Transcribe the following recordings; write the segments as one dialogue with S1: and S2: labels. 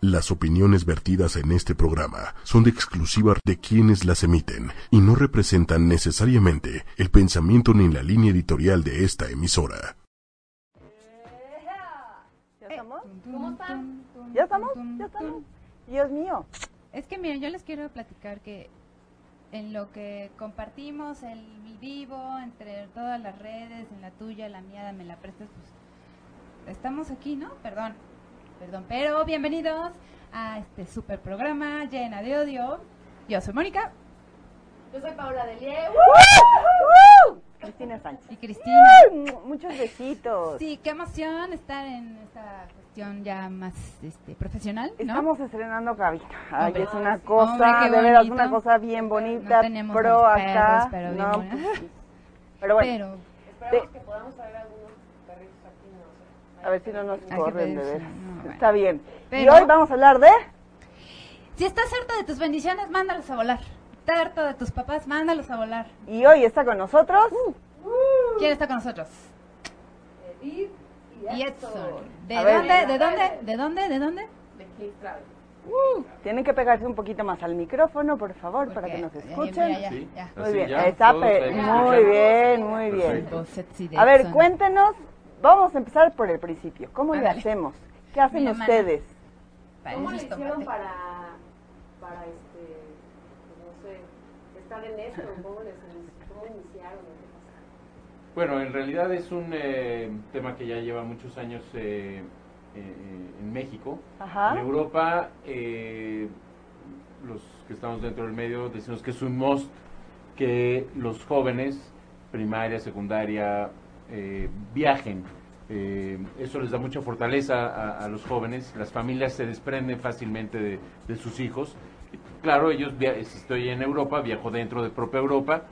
S1: Las opiniones vertidas en este programa son de exclusiva de quienes las emiten y no representan necesariamente el pensamiento ni la línea editorial de esta emisora.
S2: ¿Ya estamos? ¿Cómo están? ¿Ya estamos? ¿Ya estamos? Dios mío.
S3: Es que miren, yo les quiero platicar que en lo que compartimos, el vivo, entre todas las redes, en la tuya, la mía, me la prestas, pues estamos aquí, ¿no? Perdón, perdón, pero bienvenidos a este super programa llena de odio. Yo soy Mónica.
S4: Yo soy Paula Delie.
S2: Cristina Sánchez.
S3: Y Cristina.
S2: Mu- Muchos besitos.
S3: Sí, qué emoción estar en esta cuestión ya más este, profesional, ¿no?
S2: Estamos estrenando cabina. Ay,
S3: Hombre.
S2: es una
S3: qué
S2: cosa, de veras,
S3: bonito.
S2: una cosa bien bonita,
S3: No tenemos
S2: pro
S3: los
S2: acá.
S3: perros, pero ¿eh? bien
S2: no,
S3: bonito.
S2: pues sí. pero bueno,
S3: Pero
S4: Esperamos que podamos traer algunos perritos aquí. No sé.
S2: a ver si no nos
S3: que
S2: corren de
S3: pedirse,
S2: veras.
S3: no, bueno.
S2: Está bien. Y
S3: Pero-
S2: hoy vamos a hablar de...
S3: si estás harto de tus bendiciones, mándalos a volar. Estás harto de tus papás, mándalos a volar.
S2: Y hoy está con nosotros...
S3: Uh. ¿Quién está con nosotros?
S4: Edith
S3: Y
S4: y
S3: Edson.
S4: Edson.
S3: ¿De
S2: A ver.
S3: dónde? ¿De dónde? ¿De dónde? ¿De dónde?
S4: De Case Travel.
S2: Tienen que pegarse un poquito más al micrófono, por favor, para que
S3: Porque-
S2: nos
S3: ya, ya,
S2: escuchen.
S3: mira, ya,
S5: Sí.
S3: ya.
S2: Muy
S5: Así
S2: bien,
S5: ya,
S2: está
S5: todos
S2: pe-
S5: ahí.
S2: muy bien, muy bien.
S5: Perfecto.
S3: Sexy de
S2: A ver,
S3: Edson.
S2: cuéntenos, vamos a empezar por el principio. ¿Cómo le
S3: Ándale.
S2: hacemos? ¿Qué hacen
S3: Mira, mana.
S2: ustedes?
S3: Para
S4: ¿Cómo
S3: eso
S4: le
S3: es
S4: hicieron
S3: tomate.
S4: para, para este, pues, no sé, estar en esto? ¿Cómo, les, cómo iniciaron? ¿Qué
S5: Bueno, en realidad es un eh, tema que ya lleva muchos años eh, eh, en México. En
S2: Ajá.
S5: Europa, eh, los que estamos dentro del medio decimos que es un must que los jóvenes, primaria, secundaria, eh, viajen. Eh, eso les da mucha fortaleza a, a los jóvenes. Las familias se desprenden fácilmente de, de sus hijos. Claro, ellos, via- si estoy en Europa, viajo dentro de propia Europa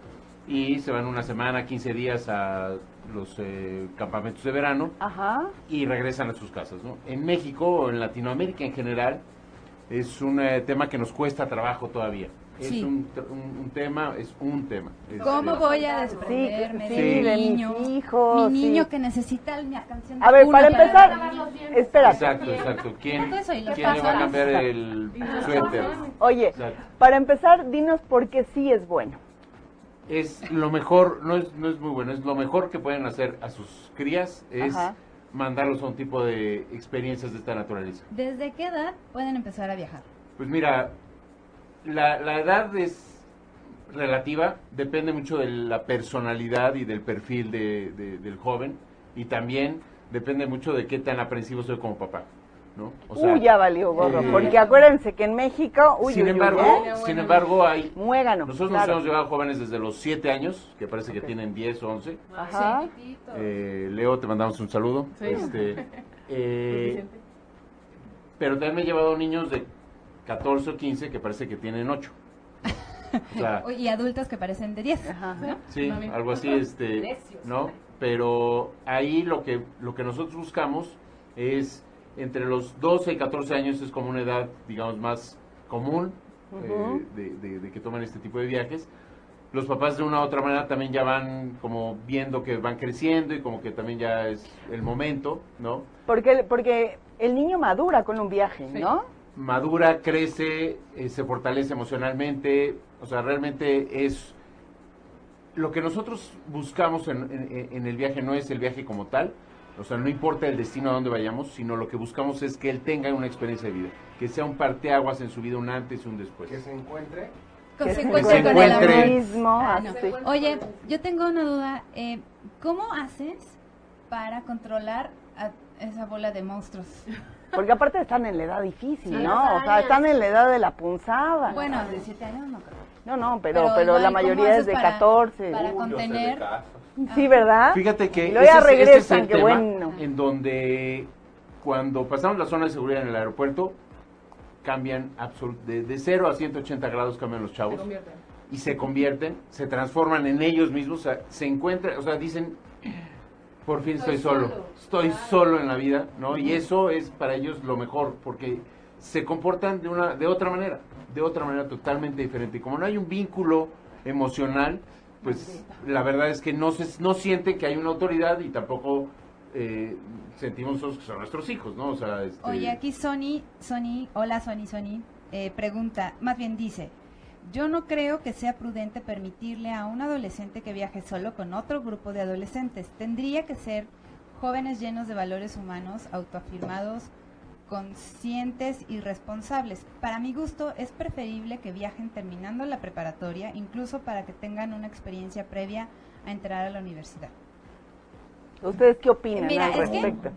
S5: y se van una semana, 15 días a los eh, campamentos de verano
S2: Ajá.
S5: y regresan a sus casas. ¿no? En México o en Latinoamérica en general es un eh, tema que nos cuesta trabajo todavía. Es
S3: Sí.
S5: un, tr- un- un tema, es un tema. Es,
S3: ¿Cómo
S5: eh,
S3: voy a
S2: Sí,
S3: desprenderme
S2: sí,
S3: de
S2: de
S3: mi
S2: mis
S3: niño?
S2: hijos,
S3: mi
S2: sí.
S3: niño que necesita la canción de
S2: A ver,
S3: cuna
S2: para
S4: lavar
S2: empezar,
S4: los dientes.
S2: espérate.
S5: Exacto, exacto. ¿Quién,
S3: Todo eso y lo
S5: quién le va
S3: pasas.
S5: a cambiar el suéter?
S2: Oye,
S5: Exacto.
S2: para empezar, dinos por qué sí es bueno.
S5: Es lo mejor, no es, no es muy bueno, es lo mejor que pueden hacer a sus crías es
S2: Ajá.
S5: mandarlos a un tipo de experiencias de esta naturaleza.
S3: ¿Desde qué edad pueden empezar a viajar?
S5: Pues mira, la, la edad es relativa, depende mucho de la personalidad y del perfil de- de- del joven y también depende mucho de qué tan aprensivo soy como papá, ¿no? O sea,
S2: uy, ya valió gorro,
S5: eh,
S2: porque acuérdense que en México, uy,
S5: sin
S2: uy, uy,
S5: embargo,
S2: ¿eh?
S5: sin embargo hay
S2: muégano.
S5: nosotros nos
S2: claro.
S5: hemos llevado jóvenes desde los 7 años, que parece que tienen 10 o 11.
S2: Ajá.
S5: Eh, Leo, te mandamos un saludo. Este, eh, pero también me he llevado niños de 14 o 15 que parece que tienen 8. O
S2: Ah.
S5: sea,
S3: Y adultos que parecen de 10.
S2: Ajá.
S5: sí, algo así, este, ¿no? Pero ahí lo que, lo que nosotros buscamos es entre los 12 y 14 años es como una edad, digamos, más común eh,
S2: Ujú.
S5: de, de- de que toman este tipo de viajes. Los papás de una u otra manera también ya van como viendo que van creciendo y como que también ya es el momento, ¿no?
S2: Porque, porque el niño madura con un viaje, ¿no?
S5: madura, crece, eh, se fortalece emocionalmente, o sea, realmente es lo que nosotros buscamos en, en- en el viaje no es el viaje como tal, o sea, no importa el destino a donde vayamos, sino lo que buscamos es que él tenga una experiencia de vida, que sea un parteaguas en su vida, un antes y un después.
S6: que se encuentre.
S2: Que se
S3: Consecuencia con el
S2: encuentre
S3: amor.
S5: encuentre.
S2: mismo,
S3: Ah, no.
S2: así.
S3: Oye, yo tengo una duda. eh, ¿Cómo haces para controlar a esa bola de monstruos?
S2: Porque aparte están en la edad difícil,
S4: Sí,
S2: ¿no? O sea,
S4: años.
S2: están en la edad de la punzada.
S3: Bueno, de 7 años no creo.
S2: No, no, pero, pero,
S3: igual,
S2: la
S3: ¿cómo
S2: mayoría es
S3: haces
S2: de
S3: para-
S2: 14.
S3: Para Ah. contener.
S2: Sí, ¿verdad?
S5: Fíjate que
S2: Y luego ya
S5: ese es- ese
S2: regresan,
S5: es el
S2: qué
S5: tema
S2: bueno.
S5: en donde cuando pasamos la zona de seguridad en el aeropuerto cambian absolu- de, de 0 a 180 grados cambian los chavos. y se convierten, se transforman en ellos mismos, o sea, se encuentran, o sea, dicen, por fin estoy, solo, estoy solo en la vida, ¿no? Y eso es para ellos lo mejor, porque se comportan de una, de otra manera, de otra manera totalmente diferente. Y como no hay un vínculo emocional, pues la verdad es que no se, no sienten que hay una autoridad y tampoco eh, sentimos nosotros que son nuestros hijos, ¿no? O sea, este,
S3: Oye, aquí Sony, Sony, hola Sony, Sony, eh, pregunta, más bien dice, yo no creo que sea prudente permitirle a un adolescente que viaje solo con otro grupo de adolescentes. Tendría que ser jóvenes llenos de valores humanos, autoafirmados, conscientes y responsables. Para mi gusto es preferible que viajen terminando la preparatoria, incluso para que tengan una experiencia previa a entrar a la universidad.
S2: ¿Ustedes qué opinan
S3: Mira,
S2: al
S3: es que-
S2: respecto?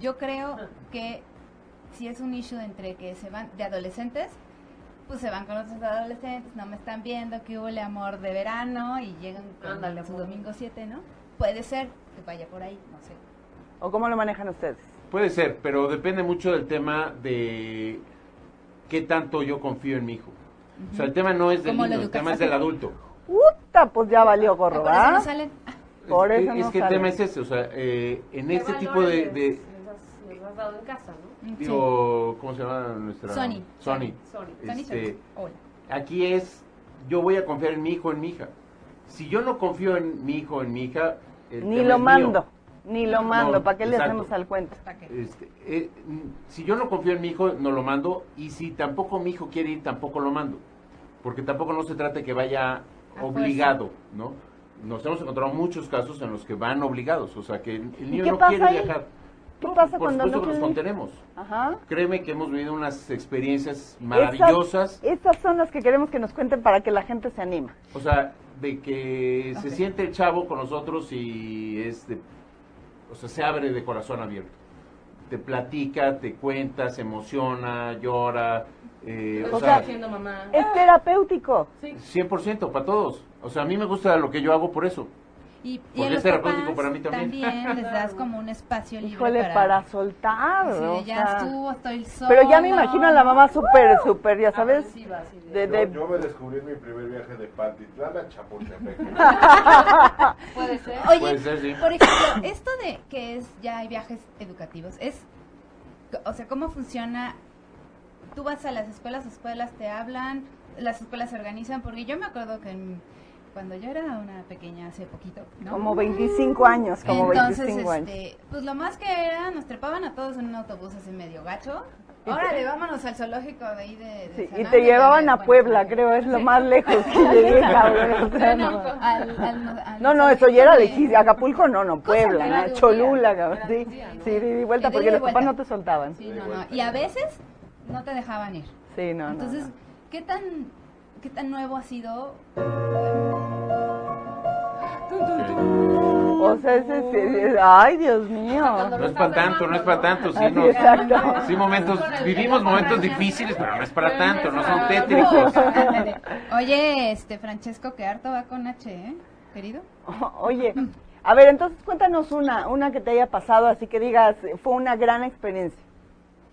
S3: Yo creo que si es un issue entre que se van de adolescentes, pues se van con otros adolescentes, no me están viendo, que hubo el amor de verano y llegan con
S2: Ándale,
S3: su
S2: amor.
S3: domingo 7, ¿no? Puede ser que vaya por ahí, no sé.
S2: ¿O cómo lo manejan ustedes?
S5: Puede ser, pero depende mucho del tema de qué tanto yo confío en mi hijo. O sea, el tema no es del
S3: ¿Cómo lo
S5: niño, el
S3: educas?
S5: tema es del adulto.
S2: ¡Uta! Pues ya valió gorro,
S3: Por eso no
S2: ¿va?
S3: salen. Ah,
S2: Por
S5: es,
S2: eso
S5: es
S2: no
S5: que el
S2: sale.
S5: tema es ese, o sea, eh, en
S4: ¿Qué
S5: este
S4: valores
S5: tipo de, de-
S4: les has- les has dado en casa, ¿no?
S3: Sí.
S5: digo, ¿cómo se llama nuestra?
S3: Sony.
S5: Sony.
S4: Sorry.
S3: Son y son.
S5: Este,
S3: Hola.
S5: aquí es, yo voy a confiar en mi hijo, en mi hija. Si yo no confío en mi hijo, en mi hija, el
S2: Ni
S5: tema
S2: lo
S5: es mío.
S2: mando, ni lo mando.
S5: No,
S2: ¿Para qué le
S5: exacto.
S2: hacemos al cuento?
S3: ¿Para qué?
S5: Este, eh, n- si yo no confío en mi hijo, no lo mando. Y si tampoco mi hijo quiere ir, tampoco lo mando. Porque tampoco no se trata que vaya
S3: A
S5: obligado, ¿no? Nos hemos encontrado muchos casos en los que van obligados. O sea, que el el niño
S2: qué
S5: no
S2: pasa
S5: quiere
S2: ahí?
S5: viajar.
S2: ¿Qué
S5: No,
S2: pasa
S5: por
S2: cuando
S5: supuesto
S2: no
S5: que nos
S2: quieren ir?
S5: contenemos.
S2: Ajá.
S5: Créeme que hemos vivido unas experiencias maravillosas.
S2: Esas, esas son las que queremos que nos cuenten para que la gente se anima.
S5: O sea, de que se
S3: Ok.
S5: siente el chavo con nosotros y es de- o sea, se abre de corazón abierto. Te platica, te cuenta, se emociona, llora. eh, o
S2: O
S5: sea,
S2: sea,
S7: siendo mamá.
S3: Ah.
S2: Es terapéutico.
S7: Sí.
S5: 100% para todos. O sea, a mí me gusta lo que yo hago por eso.
S3: Y, y
S5: Porque
S3: a
S5: es
S3: los
S5: terapéutico
S3: papás
S5: para mí también.
S3: les das como un espacio libre
S2: Híjole, para, soltar.
S3: Así de,
S2: o
S3: ya
S2: sea.
S3: estuvo, Uh. estoy solo.
S2: Pero ya me imagino a la mamá súper, súper, ya sabes.
S3: Ah,
S7: Aprensiva, así de-
S2: De,
S8: Yo,
S2: de-
S8: yo me descubrí en mi primer viaje de Pantitlán a Chapultepec.
S7: Puede ser.
S3: Oye,
S5: Puede ser, sí.
S3: por ejemplo, esto de que es ya hay viajes educativos, es, o sea, ¿cómo funciona? Tú vas a las escuelas, las escuelas te hablan, las escuelas se organizan, porque yo me acuerdo que en- cuando yo era una pequeña hace poquito, ¿no? Mm.
S2: como 25 años, como
S3: Entonces,
S2: 25 años.
S3: este, pues lo más que era, nos trepaban a todos en un autobús así medio gacho. Órale, vámonos al zoológico de ahí de, de
S2: Sí,
S3: San
S2: y te
S3: Ángel,
S2: llevaban
S3: de-
S2: a
S3: bueno,
S2: Puebla, creo, es lo
S3: sí.
S2: más lejos que llegué. cabrón, o sea, no.
S3: Al- al- al-
S2: No, no, eso ya era
S3: de-
S2: lejísimo. Acapulco no, no, Puebla,
S3: Cosa que
S2: ¿no?
S3: era
S2: Cholula,
S3: de
S2: cabrón. Sí,
S7: de un día, ¿no?
S2: sí, di- di vuelta
S3: Que de
S2: porque
S3: ida y
S2: los papás
S3: vuelta.
S2: no te soltaban.
S3: Sí, no, no. Y a veces no te dejaban ir.
S2: Sí, no, no,
S3: Entonces,
S2: no.
S3: ¿qué tan qué tan nuevo ha sido?
S2: O sea, ese, ese-
S3: uh.
S2: ese- ay, Dios
S7: Cuando
S2: mío.
S5: No
S7: lo
S5: es para
S7: estás
S5: tanto, no es para tanto. Sí,
S2: Así,
S5: nos-
S2: exacto.
S5: sí momentos,
S7: Con el-
S5: vivimos
S7: el-
S5: momentos
S7: el-
S5: difíciles, pero no es para
S7: Pero
S5: tanto,
S7: es
S5: no
S7: para-
S5: son tétricos.
S3: Oye, este Francesco que harto va con H, ¿eh? Querido.
S2: Oye, a ver, entonces cuéntanos una, una que te haya pasado, así que digas, fue una gran experiencia.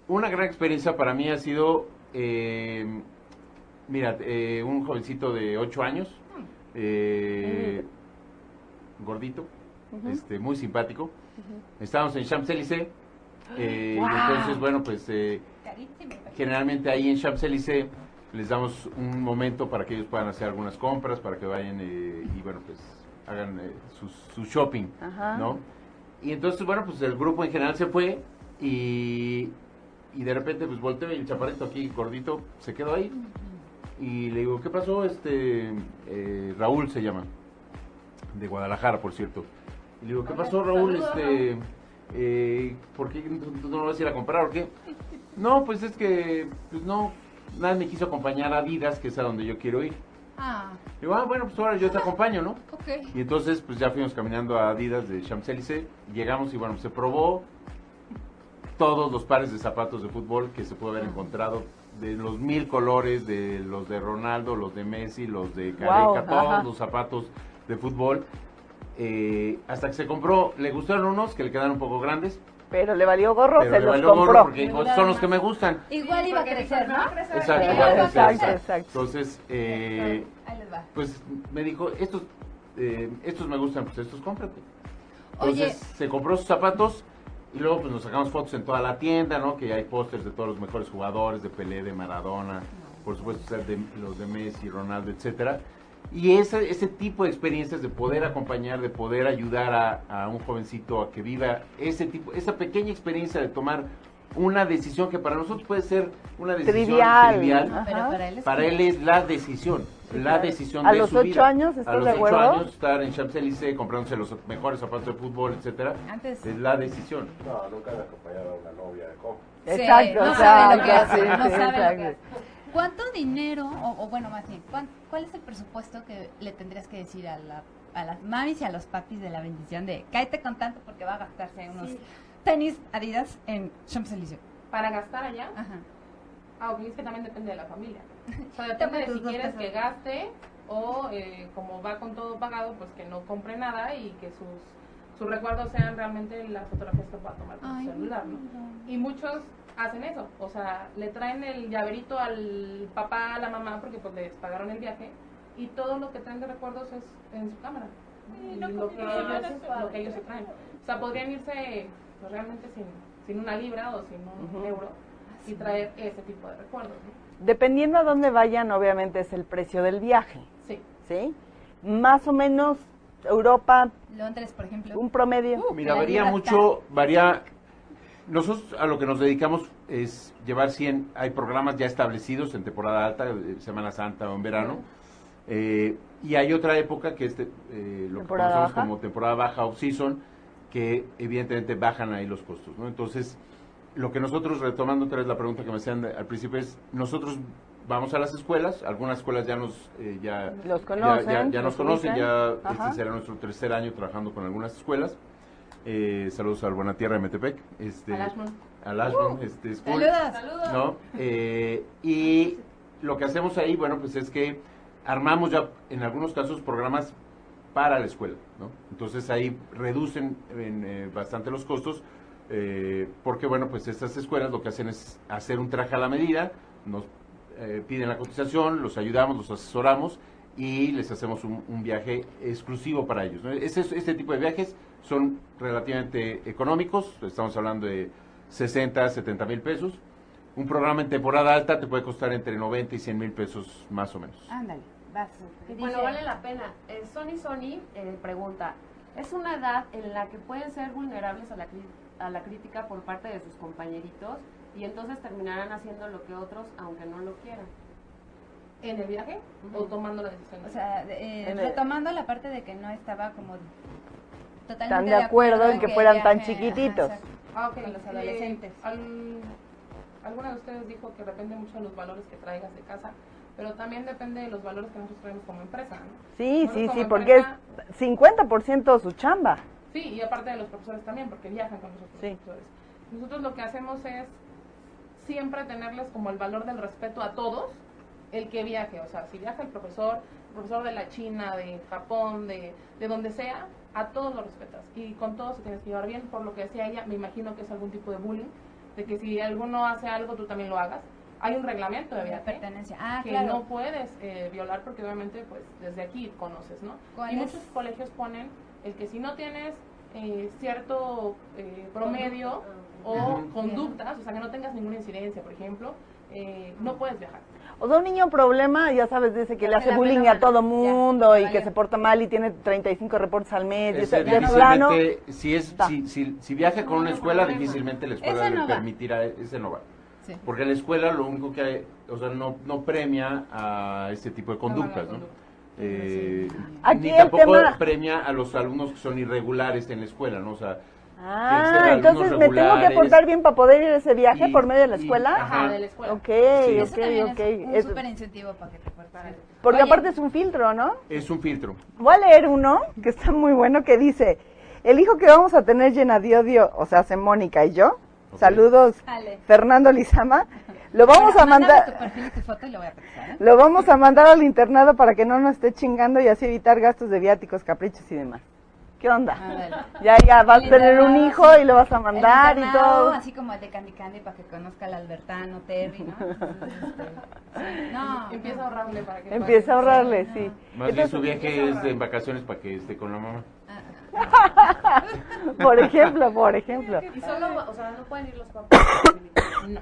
S5: Una gran experiencia para mí ha sido, eh, mira, eh, un jovencito de 8 años, eh, gordito, este, muy simpático. Estábamos en Champs-Élysées eh, y entonces, bueno, pues eh,
S3: Carísimo.
S5: generalmente ahí en Champs-Élysées les damos un momento para que ellos puedan hacer algunas compras, para que vayan eh, y, bueno, pues hagan eh, su, su shopping.
S2: Ajá.
S5: ¿no? Y entonces, bueno, pues el grupo en general se fue y, y de repente pues volteo y el chaparrito aquí gordito se quedó ahí. Y le digo, ¿qué pasó? Este eh, Raúl se llama, de Guadalajara, por cierto. Y le digo, ¿qué pasó Raúl? Este, eh, ¿Por qué tú tú no vas a ir a comprar o qué? No, pues es que, pues no, nadie me quiso acompañar a Adidas, que es a donde yo quiero ir.
S3: Ah,
S5: Digo, ah, bueno, pues ahora yo te acompaño, ¿no?
S3: ok.
S5: Y entonces, pues ya fuimos caminando a Adidas de Champs-Élysées. Llegamos y bueno, se probó todos los pares de zapatos de fútbol que se puede haber encontrado. De los mil colores, de los de Ronaldo, los de Messi, los de Careca,
S2: Wow,
S5: todos
S2: ajá.
S5: los zapatos de fútbol. Eh, hasta que se compró, le gustaron unos que le quedaron un poco grandes,
S2: Pero le valió gorro,
S5: pero
S2: se
S5: le
S2: los
S5: valió gorro
S2: compró.
S5: porque dijo, son los que me gustan.
S3: Igual iba a crecer, ¿no?
S5: Exacto,
S3: iba a
S5: exacto,
S3: crecer.
S2: Exacto, exacto.
S5: Entonces, eh,
S3: Ahí les va.
S5: pues me dijo, estos, eh, estos me gustan, pues estos cómprate.
S3: Oye.
S5: Entonces se compró sus zapatos y luego pues nos sacamos fotos en toda la tienda, ¿no? Que hay pósters de todos los mejores jugadores, de Pelé, de Maradona, por supuesto o sea, de, los de Messi, Ronaldo, etcétera. Y ese, ese tipo de experiencias de poder acompañar, de poder ayudar a, a un jovencito a que viva ese tipo, esa pequeña experiencia de tomar una decisión que para nosotros puede ser una decisión
S2: Trivial,
S5: trivial,
S2: ajá.
S3: Pero para él es
S5: para él es la decisión, la
S2: claro.
S5: decisión
S2: ¿A
S5: de
S2: los
S5: su
S2: ocho
S5: vida.
S2: años estás
S5: A los
S2: de
S5: ocho
S2: acuerdo?
S5: años estar en Champs-Élysées comprándose los mejores zapatos de fútbol, etcétera,
S3: Antes-
S5: es la decisión.
S8: No, nunca le acompañado a una novia de cómo.
S3: Sí,
S2: Exacto,
S3: no
S2: exacto,
S3: sabe lo que hace,
S2: sí,
S3: no
S2: sí,
S3: sabe lo que
S2: exacto.
S3: hace. ¿Cuánto dinero, o, o bueno, más bien, ¿cuán- cuál es el presupuesto que le tendrías que decir a, la- a las mamis y a los papis de la bendición de cáete con tanto porque va a gastarse unos
S7: Sí.
S3: tenis Adidas en Champs-Élysées?
S7: Para gastar allá,
S3: Ajá.
S7: ah, ok, es que también depende de la familia. O sea,
S3: Toma
S7: depende de
S3: tus
S7: si
S3: dos
S7: quieres
S3: pesos.
S7: que gaste o eh, como va con todo pagado, pues que no compre nada y que sus, sus recuerdos sean realmente las fotografías que va a tomar con su celular, ¿no? Y muchos hacen eso, o sea, le traen el llaverito al papá, a la mamá, porque pues les pagaron el viaje, y todo lo que traen de recuerdos es en su cámara. Y
S4: no,
S7: lo,
S4: pues,
S7: que
S4: no,
S7: ellos,
S4: no, no,
S7: lo que ellos se traen. O sea, podrían irse pues, realmente sin, sin una libra o sin un
S2: Ujú.
S7: euro y traer ese tipo de recuerdos. ¿no?
S2: Dependiendo a dónde vayan, obviamente es el precio del viaje,
S7: Sí.
S2: ¿sí? Más o menos Europa,
S3: Londres, por ejemplo. Uh,
S2: un promedio.
S5: Mira,
S3: la
S5: varía
S3: vida
S5: mucho, varía. Nosotros a lo que nos dedicamos es llevar 100, hay programas ya establecidos en temporada alta, eh, Semana Santa o en verano, eh, y hay otra época que es te- eh, lo
S2: Temporada
S5: que conocemos
S2: baja.
S5: como temporada baja off-season, que evidentemente bajan ahí los costos, ¿no? Entonces, lo que nosotros, retomando otra vez la pregunta que me hacían al principio, es, nosotros vamos a las escuelas, algunas escuelas ya nos, eh, ya,
S3: Uh.
S2: Los
S5: ya-
S2: conocen.
S5: ya, ya
S2: los
S5: nos conocen,
S2: ubican.
S5: ya
S2: Ajá.
S5: este será nuestro tercer año trabajando con algunas escuelas. Eh, saludos al Buena Tierra de Metepec. Este,
S7: Al Ashmore.
S5: al Ashburn, este, School,
S3: Saludos.
S7: Saludos.
S5: ¿no? Eh, y lo que hacemos ahí, bueno, pues es que armamos ya, en algunos casos, programas para la escuela, ¿no? Entonces ahí reducen en, eh, bastante los costos, eh, porque, bueno, pues estas escuelas lo que hacen es hacer un traje a la medida, nos eh, piden la cotización, los ayudamos, los asesoramos y les hacemos un, un viaje exclusivo para ellos. ¿no? Ese- este tipo de viajes son relativamente económicos, estamos hablando de 60, 70 mil pesos. Un programa en temporada alta te puede costar entre 90 y 100 mil pesos más o menos.
S3: Ándale, vas. ¿Qué
S4: Bueno,
S3: dice?
S4: vale la pena. Eh, Sony Sony eh, pregunta, ¿es una edad en la que pueden ser vulnerables a la, cri- a la crítica por parte de sus compañeritos y entonces terminarán haciendo lo que otros, aunque no lo quieran?
S7: ¿En el viaje o tomando la decisión?
S3: O sea, de- eh,
S2: En el-
S3: retomando la parte de que no estaba como totalmente
S2: Tan de acuerdo en que fueran tan
S3: viaje-
S2: chiquititos.
S3: exacto.
S7: Ah, ok.
S3: Con los
S7: Eh,
S3: adolescentes.
S7: al- alguna de ustedes dijo que depende mucho de los valores que traigas de casa, pero también depende de los valores que nosotros traemos como empresa. ¿no?
S2: Sí,
S7: Nosotros
S2: sí,
S7: como
S2: sí, porque es
S7: empresa-
S2: 50% de su chamba.
S7: Sí, y aparte de los profesores también, porque viajan con nosotros.
S2: Sí.
S7: los profesores. Nosotros lo que hacemos es siempre tenerles como el valor del respeto a todos, el que viaje. O sea, si viaja el profesor, el profesor de la China, de Japón, de, de donde sea, a todos los respetas. Y con todos se tienes que llevar bien. Por lo que decía ella, me imagino que es algún tipo de bullying, de que si alguno hace algo, tú también lo hagas. Hay un reglamento de
S3: La
S7: viaje
S3: pertenencia. Ah,
S7: ¿eh? que
S3: claro.
S7: no puedes eh, violar porque obviamente pues desde aquí conoces, ¿no?
S3: ¿Cuál
S7: Y
S3: es?
S7: muchos colegios ponen el que si no tienes eh, cierto eh, promedio o
S5: Ujú.
S7: conductas, o sea que no tengas ninguna incidencia, por ejemplo, eh, no puedes viajar.
S2: O sea, un niño problema, ya sabes, dice que le
S3: Ya
S2: hace
S3: te la
S2: bullying
S3: pela,
S2: a todo
S3: mano.
S2: mundo
S3: Ya,
S2: y
S3: valió.
S2: que se porta mal y tiene 35 reportes al mes. y
S5: Ese
S2: eso- de plano,
S5: difícilmente, si, es, si, si- si viaja con una escuela, difícilmente la escuela
S3: Ese no
S5: le
S3: va.
S5: permitirá, ese no va.
S3: Sí.
S5: Porque la escuela lo único que hay, o sea, no, no premia a este tipo de conductas, ¿no?
S7: conducta.
S5: Eh,
S2: Aquí
S5: ni
S2: el
S5: tampoco
S2: tema-
S5: premia a los alumnos que son irregulares en la escuela, ¿no? O sea, que
S2: Ah,
S5: ser
S2: entonces
S5: alumnos
S2: me tengo que
S5: regulares.
S2: portar bien para poder ir a ese viaje
S5: Y-
S2: por medio de la
S5: y-
S2: escuela.
S7: Ajá,
S5: Ajá.
S7: de la escuela.
S2: Ok,
S5: Sí.
S3: Eso
S2: ok,
S3: también
S2: ok.
S3: es un
S2: Es-
S3: súper incentivo para que te portaras.
S2: porque
S3: Oye,
S2: aparte es un filtro, ¿no?
S5: es un filtro.
S2: Voy a leer uno que está muy bueno que dice, el hijo que vamos a tener llena de odio, o sea, hace Mónica y yo,
S5: Ok.
S2: saludos
S3: Ale.
S2: Fernando Lizama, lo vamos
S3: Bueno,
S2: a mandar...
S3: mándame tu perfil y tu foto y lo voy a pensar. ¿eh?
S2: Lo vamos a mandar al internado para que no nos esté chingando y así evitar gastos de viáticos, caprichos y demás. ¿Qué onda?
S3: Ándale.
S2: Ya, ya, vas a
S3: Ah, El
S2: tener un
S3: internado,
S2: hijo
S3: sí.
S2: y lo vas a
S3: El
S2: mandar y
S3: internado,
S2: todo.
S3: Así como el de Candy Candy para que conozca al Albertano, Terry, ¿no? Entonces, este, sí. No.
S7: Empieza a ahorrarle para
S3: pues,
S7: que...
S2: Empieza a ahorrarle,
S3: no.
S2: sí.
S5: Más bien su viaje es de vacaciones para que esté con la mamá.
S2: Por ejemplo, por ejemplo.
S4: Y solo, o sea, no pueden ir los papás.
S7: No.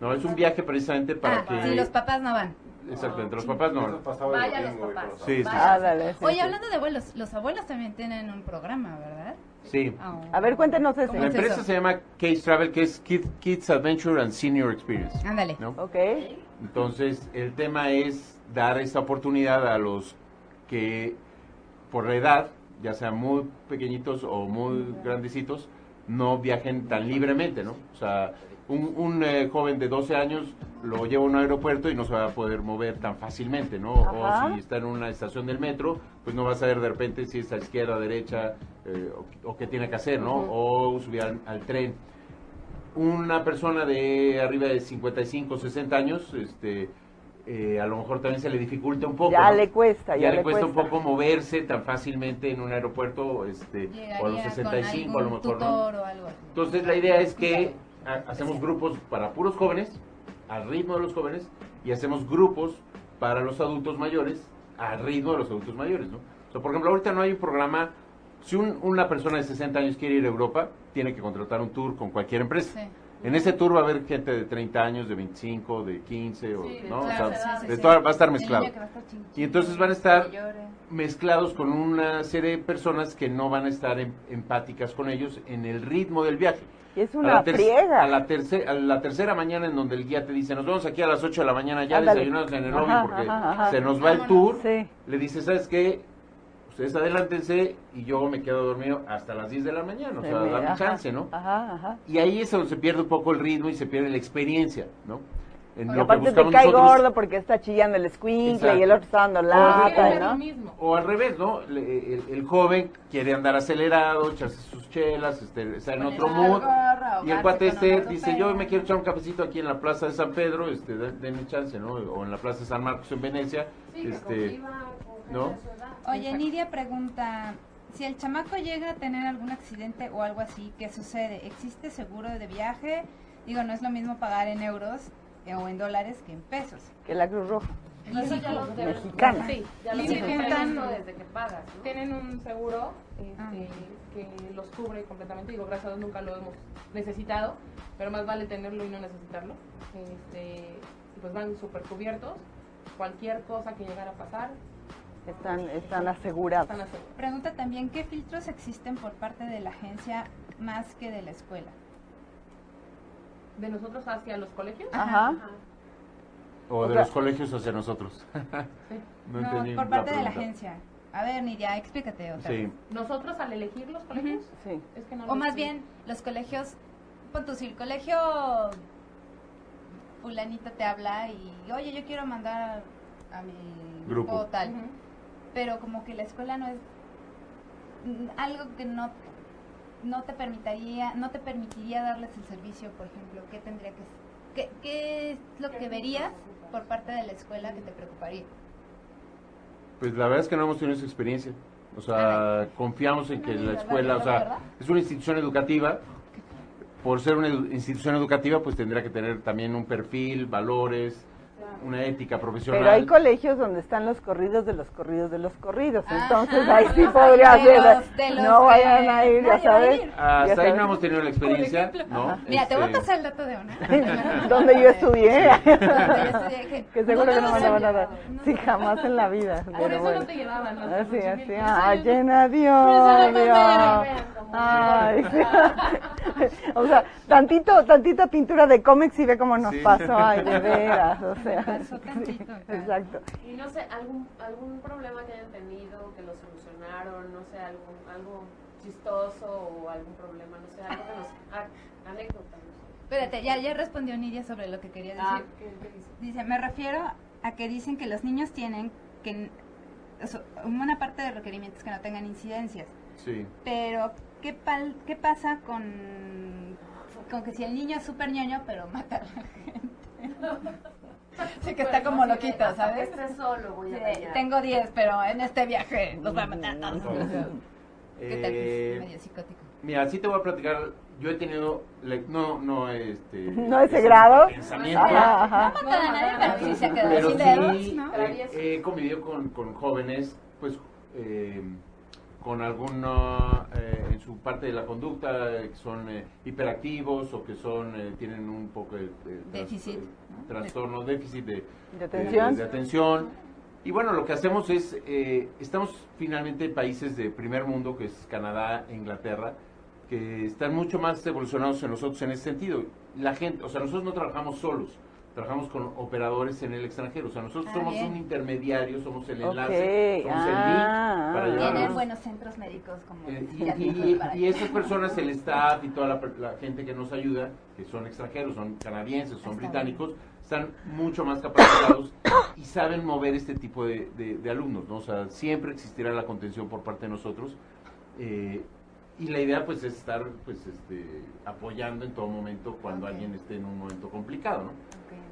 S5: No, es un viaje precisamente para
S3: Ah,
S5: que...
S3: sí, los papás no van.
S5: Exacto, entre los papás no.
S8: Eso pasaba el
S4: Vaya los
S8: domingo,
S4: papás.
S8: güey,
S5: Sí, sí, sí.
S4: Vaya.
S2: Ándale, Ah, sí,
S3: Oye,
S2: sí.
S3: hablando de abuelos, los abuelos también tienen un programa, ¿verdad?
S5: Sí.
S3: Ah,
S2: A ver, cuéntenos ese.
S3: ¿Cómo
S5: La
S3: es
S5: empresa
S3: eso?
S5: se llama Case Travel, que es Kid- Kids Adventure and Senior Experience.
S3: Ándale.
S5: ¿no?
S2: Ok.
S5: Entonces, el tema es dar esta oportunidad a los que por la edad, ya sean muy pequeñitos o muy grandecitos, no viajen tan libremente, ¿no? O sea, un, un, eh, joven de 12 años lo lleva a un aeropuerto y no se va a poder mover tan fácilmente, ¿no?
S2: Ajá.
S5: O si está en una estación del metro, pues no va a saber de repente si es a izquierda, derecha, eh, o, o qué tiene que hacer, ¿no? O subir al- al tren una persona de arriba de 55, 60 años, este, eh, a lo mejor también se le dificulta un poco.
S2: Ya
S5: ¿no?
S2: le cuesta, ya,
S5: Ya le cuesta un
S2: cuesta.
S5: poco moverse tan fácilmente en un aeropuerto, este, o a los
S3: Llegaría
S5: 65
S3: con
S5: a lo
S3: algún
S5: mejor. ¿no?
S3: tutor o algo así.
S5: Entonces la idea es que ha- hacemos grupos para puros jóvenes, al ritmo de los jóvenes, y hacemos grupos para los adultos mayores, al ritmo de los adultos mayores, ¿no? O sea, por ejemplo, ahorita no hay un programa, si un- una persona de 60 años quiere ir a Europa, tiene que contratar un tour con cualquier empresa.
S3: Sí.
S5: En ese tour va a haber gente de 30 años, de 25, de 15, o,
S7: Sí, de
S5: ¿no? O
S7: todas
S5: sea,
S7: las edades,
S5: de
S7: sí.
S5: toda- va a estar
S3: El
S5: mezclado.
S3: niño que va a estar chin-
S5: Y entonces van a estar
S3: que llore.
S5: mezclados con una serie de personas que no van a estar em- empáticas con ellos en el ritmo del viaje.
S2: Y es
S5: A
S2: una
S5: la ter-
S2: friega.
S5: A la, terce- a la tercera mañana en donde el guía te dice, nos vamos aquí a las 8 de la mañana, ya
S2: Ándale.
S5: desayunamos en el
S2: Ajá,
S5: lobby porque
S2: ajá, ajá.
S5: se nos va el
S3: Vámonos.
S5: tour.
S2: Sí.
S5: Le dice, ¿sabes qué? Ustedes adelántense y yo me quedo dormido hasta las 10 de la mañana. O
S2: Se
S5: sea,
S2: me- Ah.
S5: dame
S2: ajá,
S5: chance, ¿no?
S2: Ajá, ajá.
S5: Y ahí es donde se pierde un poco el ritmo y se pierde la experiencia, ¿no?
S2: Y
S5: En lo que
S2: aparte te
S5: buscamos
S2: cae
S5: nosotros-
S2: gordo porque está chillando el escuincle y
S5: Exacto.
S2: el otro está dando lata,
S7: Quieren
S2: Ah, ¿no?
S7: ser mismo.
S5: O al revés, ¿no? Le- El, el joven quiere andar acelerado, echarse sus chelas, este, estar en
S3: Poner
S5: otro
S3: la
S5: mood.
S3: gorra,
S5: Y el
S3: ahogarse
S5: cuate
S3: con
S5: este
S3: onomatopeyas.
S5: dice, yo me quiero echar un cafecito aquí en la Plaza de San Pedro, este, de- denme chance, ¿no? O en la Plaza de San Marcos en Venecia.
S4: Sí, que
S5: este,
S4: conviva con gente
S5: ¿no?
S4: de su edad.
S3: Oye, Nidia pregunta, si el chamaco llega a tener algún accidente o algo así, ¿qué sucede? ¿Existe seguro de viaje? Digo, no es lo mismo pagar en euros eh, o en dólares que en pesos.
S2: Que la Cruz Roja.
S4: Y eso ya lo debes-
S2: Mexicana.
S7: Sí,
S4: ya lo
S7: y
S3: Sí,
S7: se
S4: tienes
S7: juntan,
S4: previsto desde que pagas, ¿no?
S7: tienen un seguro este,
S3: Ah.
S7: que los cubre completamente. Digo, gracias a Dios nunca lo hemos necesitado, pero más vale tenerlo y no necesitarlo. Este, y pues van súper cubiertos. Cualquier cosa que llegara a pasar,
S2: Están, están
S7: están
S2: aseguradas.
S7: asegurados.
S3: Pregunta también, ¿qué filtros existen por parte de la agencia más que de la escuela?
S7: De nosotros hacia los colegios.
S2: Ajá.
S4: Ajá.
S5: o de
S2: sea-
S5: los colegios hacia nosotros.
S7: Sí.
S5: no entendí
S3: por parte de la
S5: pregunta.
S3: agencia. A ver, Nidia, explícate otra
S5: Sí.
S3: vez.
S7: Nosotros al elegir los colegios,
S2: Sí.
S7: es que no
S3: O
S7: los-
S3: más bien, los colegios, pon tú, si el colegio fulanito te habla y, oye, yo quiero mandar a, a mi grupo,
S5: Grupo.
S3: tal,
S7: Ujú.
S3: pero como que la escuela no es mm, algo que no no te permitiría no te permitiría darles el servicio, por ejemplo, ¿qué tendría que s- qué, qué es lo que verías por parte de la escuela que te preocuparía?
S5: Pues la verdad es que no hemos tenido esa experiencia. O
S3: Ah,
S5: sea, confiamos en que
S3: Bueno,
S5: la
S3: ¿verdad?
S5: escuela, o
S3: ¿verdad?
S5: sea, es una institución educativa. Por ser una edu- institución educativa, pues tendrá que tener también un perfil, valores, una ética profesional.
S2: Pero hay colegios donde están los corridos de los corridos de los corridos.
S3: Ajá.
S2: Entonces ahí sí
S3: Ajá.
S2: podría
S3: De
S2: ser. ¿eh?
S3: los- de los
S2: no
S3: que
S2: vayan a ir, ya
S3: nadie va a
S2: sabes.
S3: ir.
S5: Hasta
S2: Ya
S5: ahí
S2: sabes.
S5: no hemos tenido la experiencia, ¿no?
S3: Mira, te voy a
S5: Este,
S3: pasar el dato de una.
S2: Donde yo estudié.
S3: Donde yo estudié,
S2: que seguro que no
S3: nos
S2: me lo van a dar.
S3: han llevado, no
S2: Sí,
S3: nos-
S2: jamás en la vida.
S7: Por
S2: Pero
S7: eso
S2: bueno.
S7: no te llevaban. los
S2: Así,
S7: Xochimilco.
S2: así. ah,
S7: Por eso
S2: Ay,
S7: yo-
S2: llena
S7: eso
S2: Dios.
S7: no te vean,
S2: Dios. Ay, sí. O sea, tantito, tantita pintura de cómics y ve cómo nos
S5: Sí.
S2: pasó. Ay, de veras. O sea,
S3: pasó
S2: sí,
S3: tantito, acá.
S2: exacto.
S4: Y no sé, algún, algún problema que hayan tenido, que lo solucionaron, no sé, algún, algo chistoso o algún problema, no sé, algo que nos... a- anécdota, no sé.
S3: Espérate, ya ya respondió Nidia sobre lo que quería
S4: Ah,
S3: decir.
S4: ¿qué- qué dice?
S3: Dice, me refiero a que dicen que los niños tienen que n- o sea, una parte de requerimientos que no tengan incidencias,
S5: sí.
S3: pero ¿qué pal- qué pasa con con que si el niño es súper ñoño pero mata a la gente? Sí que está
S4: Pero
S3: como
S4: así de,
S3: loquito,
S4: hasta
S3: ¿sabes?
S4: que esté solo voy a
S3: Sí,
S4: dañar.
S3: tengo 10, pero en este viaje los va a matar a todos. ¿Qué tal?
S5: Eh,
S3: Medio psicótico.
S5: mira, sí te voy a platicar. Yo he tenido. la- No, no, este.
S2: No ese grado.
S5: pensamiento.
S2: Ajá, ajá.
S3: No matan a nadie, pero sí se quedó
S5: Pero
S3: sin dedos,
S5: sí,
S3: ¿no?
S5: eh, he, convivido con, con jóvenes, pues, eh, con alguna, eh, en su parte de la conducta, eh, que son eh, hiperactivos o que son, eh, tienen un poco de... de-
S3: Déficit,
S5: eh,
S3: ¿no?
S5: trastornos, déficit de,
S2: ¿De
S5: de-
S2: atención?
S5: pues, de atención. Y bueno, lo que hacemos es, eh, estamos finalmente en países de primer mundo, que es Canadá e Inglaterra, que están mucho más evolucionados en nosotros en ese sentido. La gente, o sea, nosotros no trabajamos solos, trabajamos con operadores en el extranjero. O sea, nosotros
S3: Ah,
S5: somos
S3: bien.
S5: un intermediario, somos el enlace,
S2: Ok,
S5: somos
S2: ah,
S5: el
S2: ah.
S5: link para
S3: Tienen
S5: llevarlos.
S3: buenos centros médicos como
S5: Eh, y,
S3: psiquiátricos
S5: y-
S3: para-
S5: y esas personas, el staff y toda la, per- la gente que nos ayuda, que son extranjeros, son canadienses, son
S3: Está
S5: británicos, están mucho más capacitados y saben mover este tipo de, de- de alumnos, ¿no? O sea, siempre existirá la contención por parte de nosotros. eh, y la idea, pues, es estar, pues, este, apoyando en todo momento cuando
S3: Ok.
S5: alguien esté en un momento complicado, ¿no?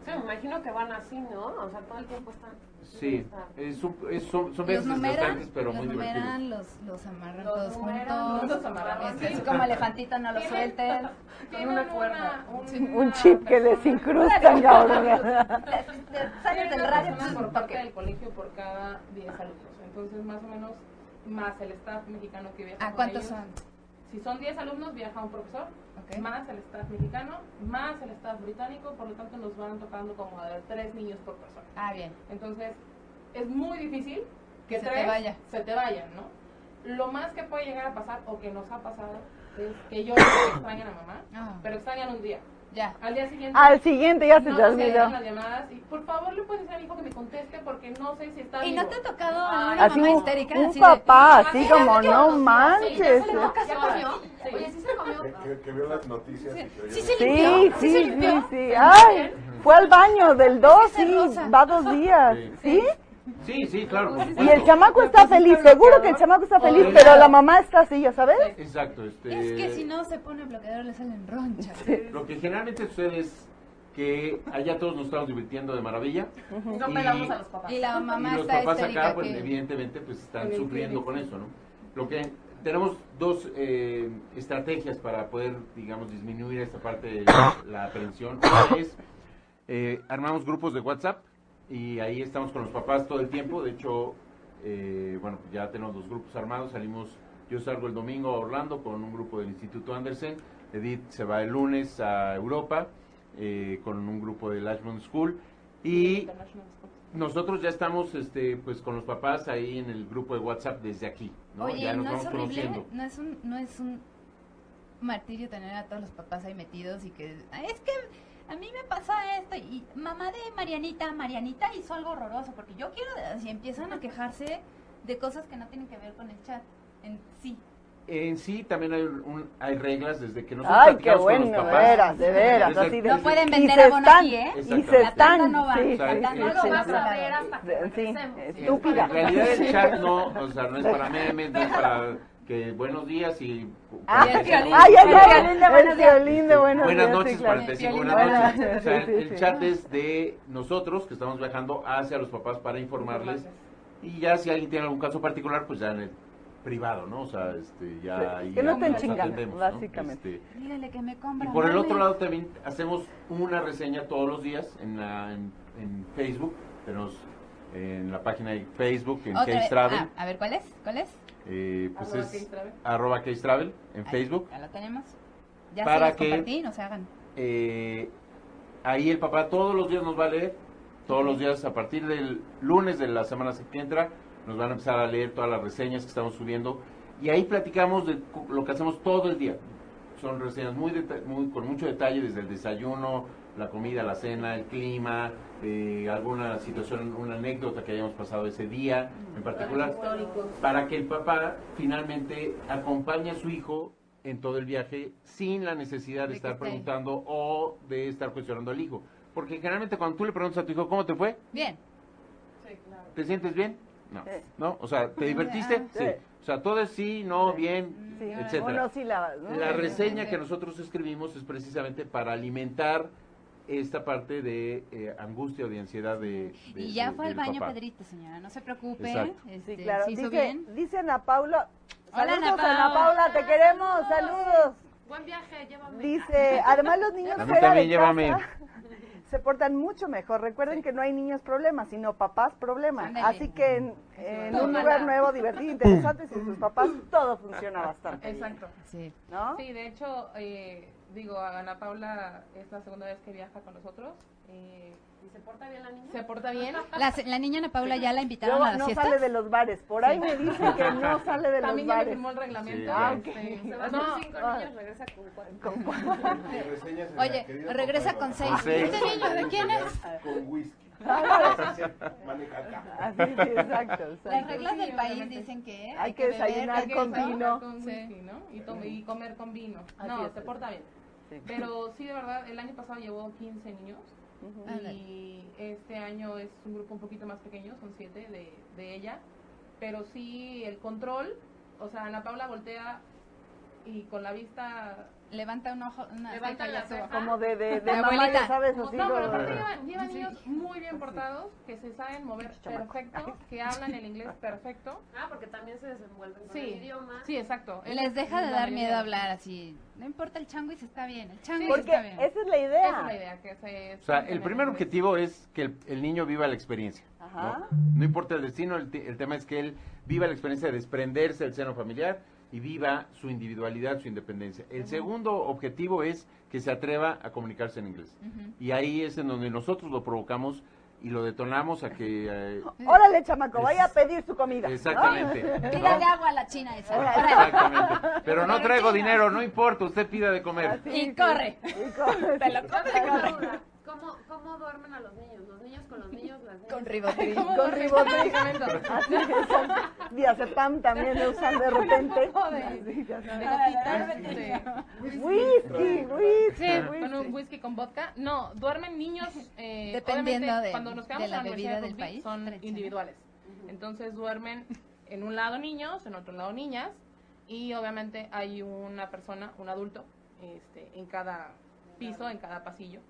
S4: Sí, me imagino que van así, ¿no? O sea, todo el tiempo están.
S5: Sí,
S4: están-
S5: es un- es- son, son
S3: Los
S5: veces
S3: numeran,
S5: desgastantes, pero
S3: los,
S5: muy divertidos.
S3: numeran los, los amarran
S4: Los
S3: todos
S4: numeran,
S3: juntos.
S7: los amarran,
S3: Este,
S7: sí.
S3: así como elefantito, no lo
S7: Tienen-
S3: sueltes.
S7: Tienen
S4: una cuerda.
S7: un,
S2: Un chip que les incrustan, cabrón.
S3: Te- te Sales
S7: Salen
S3: del radio.
S7: por
S3: pss,
S7: parte
S3: toque.
S7: del colegio por cada 10 alumnos. Entonces, más o menos, más el staff mexicano que viaja.
S3: ¿A
S7: con
S3: cuántos
S7: ellos.
S3: son?
S7: Si son 10 alumnos, viaja un profesor,
S3: Ok.
S7: más el staff mexicano, más el staff británico, por lo tanto nos van tocando como de 3 niños por persona.
S3: Ah, bien.
S7: Entonces, es muy difícil que
S3: Que se
S7: tres
S3: te vaya.
S7: se te vayan, ¿no? Lo más que puede llegar a pasar, o que nos ha pasado, es que yo extrañan a mamá,
S3: Ah,
S7: pero extrañan un día.
S3: ya.
S7: Al día siguiente...
S2: Al siguiente ya se
S7: no
S2: te
S7: nos llegan
S2: olvidó.
S7: las llamadas y por favor le puedes decir a mi hijo que me conteste porque no sé si está
S3: ¿Y
S7: vivo.
S3: no te ha tocado
S4: Ay,
S3: una
S2: Así
S3: mamá
S2: un,
S3: histérica?
S2: un
S3: así de-
S2: papá,
S4: "Mamá,
S2: así
S4: mira,
S2: como,
S4: ya que nos-
S2: no
S4: sí, ya
S2: manches.
S4: se le toca, se comió.
S7: Sí.
S4: Oye, sí se comió.
S8: Que, que- que vio las noticias y que oyó-
S3: Sí, se
S2: Sí,
S3: limpió. ¿Sí se
S2: sí, sí,
S3: limpió?
S2: sí. Ay, fue al baño del 2,
S3: se
S2: sí,
S3: rosa.
S2: va dos días. ¿Sí?
S5: Sí, sí, claro.
S3: Pues
S5: por
S2: Y
S5: supuesto.
S2: el chamaco está feliz, seguro que el chamaco está feliz,
S5: Obligado.
S2: pero la mamá está así, ¿ya sabes?
S5: Exacto, este...
S3: Es que si no se pone bloqueador le salen ronchas.
S5: Lo que generalmente sucede es que allá todos nos estamos divirtiendo de maravilla
S7: No pelamos a los papás.
S3: Y la mamá
S5: y los
S3: está
S5: papás
S3: histérica.
S5: acá, pues,
S3: que-
S5: evidentemente, pues están
S7: En el
S5: sufriendo
S7: clima.
S5: con eso, ¿no? Lo que tenemos dos eh, estrategias para poder, digamos, disminuir esta parte de la, la aprehensión. Una es, eh, armamos grupos de WhatsApp y ahí estamos con los papás todo el tiempo. De hecho, eh, bueno, ya tenemos los grupos armados. Salimos, yo salgo el domingo a Orlando con un grupo del Instituto Andersen. Edith se va el lunes a Europa eh, con un grupo del Ashmont School. Y pues
S7: International School.
S5: nosotros ya estamos este, pues, con los papás ahí en el grupo de WhatsApp desde aquí. ¿no?
S3: Oye,
S5: ya nos
S3: ¿no
S5: vamos
S3: es horrible?
S5: conociendo.
S3: ¿No es, un, ¿No es un martirio tener a todos los papás ahí metidos y que... "Ah, Es que a mí me pasa esto y mamá de Marianita, Marianita hizo algo horroroso porque yo quiero... Si empiezan a quejarse de cosas que no tienen que ver con el chat. En sí.
S5: En sí también hay, un- hay reglas desde que nosotros
S2: Ay, qué
S5: platicamos con los
S2: bueno, de
S5: papás.
S2: veras, de veras.
S5: Desde-
S2: Así de,
S3: No pueden
S2: y
S3: vender
S2: se
S3: abono
S2: están-
S3: aquí, ¿eh?
S2: Y se
S5: Exactamente.
S2: están,
S3: No va,
S2: sí,
S5: la
S2: sí,
S5: tanda
S4: No lo vas a ver hasta que
S2: sí,
S4: regresemos.
S2: estúpida.
S5: En realidad el chat no, o sea, no es para memes, no es para que buenos días y...
S2: Ah,
S3: Y el violín.
S2: ay, ay, ay,
S3: Violín de
S2: el
S3: buenos días.
S2: violín de buenos días, sí,
S5: noches,
S2: claro.
S5: 45,
S3: Violín de
S2: buenas
S5: buenas noches. O sea,
S2: noches, sí,
S5: el
S2: sí.
S5: chat es de nosotros que estamos viajando hacia los papás para informarles y ya si alguien tiene algún caso particular, pues ya en el privado, ¿no? O sea, este, ya...
S2: Sí,
S5: ahí
S2: que no estén
S5: nos
S2: chingando,
S5: atendemos, ¿no?
S2: básicamente.
S5: Este,
S3: Dígale que me compra.
S5: y por el
S3: mami.
S5: otro lado también hacemos una reseña todos los días en, la, en, en Facebook, tenemos en la página de Facebook, en
S3: Otra
S5: Case
S3: vez.
S5: Travel,
S3: Ah, a ver, ¿cuál es? ¿Cuál es?
S5: eh, pues
S7: Arroba
S5: es
S7: Case Travel.
S5: arroba Case Travel en
S3: Ahí,
S5: Facebook.
S3: Ya lo tenemos. Ya
S5: Para
S3: se los
S5: que-
S3: compartí, no se hagan.
S5: Eh, ahí el papá todos los días nos va a leer, todos los días a partir del lunes de la semana que entra, nos van a empezar a leer todas las reseñas que estamos subiendo y ahí platicamos de cu- lo que hacemos todo el día. Son reseñas muy, deta- muy- con mucho detalle, desde el desayuno, la comida, la cena, el clima, eh, alguna situación, una anécdota que hayamos pasado ese día en particular
S7: Históricos.
S5: para que el papá finalmente acompañe a su hijo en todo el viaje sin la necesidad de,
S3: De que
S5: estar
S3: esté.
S5: preguntando o de estar cuestionando al hijo. Porque generalmente cuando tú le preguntas a tu hijo, ¿cómo te fue?
S3: Bien.
S5: ¿Te sientes bien? No.
S2: Sí.
S5: ¿No? O sea, ¿te divertiste?
S2: Sí.
S5: Sí. O sea, todo es sí, no, bien,
S3: Mm,
S2: Sí,
S5: etcétera.
S2: unos sílabas, ¿no?
S5: La reseña
S3: sí.
S5: que nosotros escribimos es precisamente para alimentar esta parte de eh, angustia o de ansiedad de, de-
S3: Y ya
S5: de-
S3: fue al
S5: del
S3: baño
S5: papá.
S3: Pedrito, señora, no se preocupe.
S5: Exacto.
S3: Este,
S2: Sí, claro.
S3: se hizo
S2: Dice,
S3: bien.
S2: dice Ana Paula.
S3: Hola, Ana
S2: Saludos, Ana Paula.
S3: Paula.
S2: te queremos, saludos.
S4: Buen viaje, llévame.
S2: Dice, además los niños
S5: A mí
S2: fuera de
S5: también, llévame.
S2: casa se portan mucho mejor. Recuerden que no hay niños problemas, sino papás problemas.
S3: Ándale.
S2: Así que en, en un
S7: Tómala.
S2: lugar nuevo, divertido, interesante, sin sus papás, todo funciona bastante. bien,
S7: Exacto.
S3: Sí.
S2: ¿No?
S7: Sí, de hecho, eh, digo, Ana Paula es la segunda vez que viaja con nosotros. eh,
S4: ¿Se porta bien la niña?
S7: ¿Se porta bien?
S3: La, se- la niña Ana Paula ya la invitaron
S2: Luego
S3: a las
S2: no
S3: fiestas.
S2: sale de los bares. Por ahí me dicen que no sale de los
S7: También ya me
S2: bares.
S7: firmó el
S5: Sí,
S7: reglamento.
S5: ya.
S7: este,
S4: Se va a
S7: no,
S4: hacer cinco
S2: ah.
S4: niños, regresa con cuatro.
S2: Con cuatro.
S8: Mi reseña se la
S3: Oye,
S8: querido
S3: regresa
S8: papá
S3: con
S8: Noel.
S3: seis. ¿Este niño de quién es?
S8: Con whisky. Manicaca.
S2: Así, sí, exacto. exacto.
S3: Las reglas
S7: Sí,
S3: del país
S7: obviamente.
S3: dicen que
S2: Hay que
S3: beber,
S2: desayunar
S3: hay que
S2: con
S3: comer.
S2: vino.
S7: con
S3: Sí.
S7: whisky, ¿no? Y, tom- y comer con vino.
S2: Así
S7: no,
S2: es.
S7: se porta bien.
S2: Sí.
S7: Pero sí, de verdad, el año pasado llevó 15 niños
S2: Ujú.
S3: ah,
S7: y este año es un grupo un poquito más pequeño, son 7 de, de ella. Pero sí, el control, o sea, Ana Paula voltea y con la vista...
S3: Levanta un ojo, una
S7: Levanta
S3: ceja y
S7: la
S3: la suba.
S7: ceja.
S2: Como de, de, de
S3: ah, Mi
S2: mamá,
S3: abuelita.
S2: ya sabes,
S7: No,
S2: así.
S7: pero
S2: lo-
S7: aparte llevan, llevan
S3: Sí.
S7: niños muy bien portados, que se saben mover
S2: Chamaco.
S7: perfecto, que hablan el inglés perfecto.
S4: Ah, porque también se desenvuelven con el
S7: Sí,
S4: idioma.
S7: sí, exacto.
S3: Les deja de
S7: La
S3: dar
S7: mayoría.
S3: miedo hablar así. No importa el changuis, está bien. El changuis
S2: Porque
S3: está bien.
S2: esa es la idea.
S7: Esa es la idea, que se...
S5: Ah. O sea, el primer objetivo es que el, el niño viva la experiencia. ¿no?
S2: Ajá.
S5: No importa el destino, el, te- el tema es que él viva la experiencia de desprenderse del seno familiar y viva su individualidad, su independencia. El segundo objetivo es que se atreva a comunicarse en inglés.
S3: Ujú.
S5: Y ahí es en donde nosotros lo provocamos y lo detonamos a que... eh,
S2: Órale, chamaco, vaya a pedir su comida. ¿no?
S5: exactamente. ¿no?
S3: Tírale agua a la china esa. Órale.
S5: Exactamente. Pero no
S3: Pero
S5: traigo
S3: chino.
S5: dinero, no importa, usted pida de comer.
S2: Así,
S3: Y
S2: sí.
S3: corre.
S2: Y corre.
S3: Te lo
S4: Yo
S3: come,
S4: tengo una
S3: corre.
S4: duda. ¿Cómo, ¿Cómo duermen a los niños? ¿Los niños con los niños? ¿Las niñas?
S3: Con ribotril.
S2: Con ribotril. Así, exacto. Diazepam también lo usan de repente.
S7: poco de-
S2: Así, ya sabes.
S7: De gotitas, este,
S2: Whisky, whisky,
S5: Ah.
S7: sí, con un
S2: whisky.
S7: whisky con vodka. No, duermen niños. Eh,
S3: Dependiendo
S7: obviamente,
S3: de-
S7: cuando nos quedamos
S3: de la
S7: en
S3: bebida
S7: universidad
S3: del
S7: rugby,
S3: país,
S7: Son
S3: trecha, ¿no?
S7: individuales. Entonces duermen en un lado niños, en otro lado niñas. Y obviamente hay una persona, un adulto, este, en cada piso, en cada pasillo,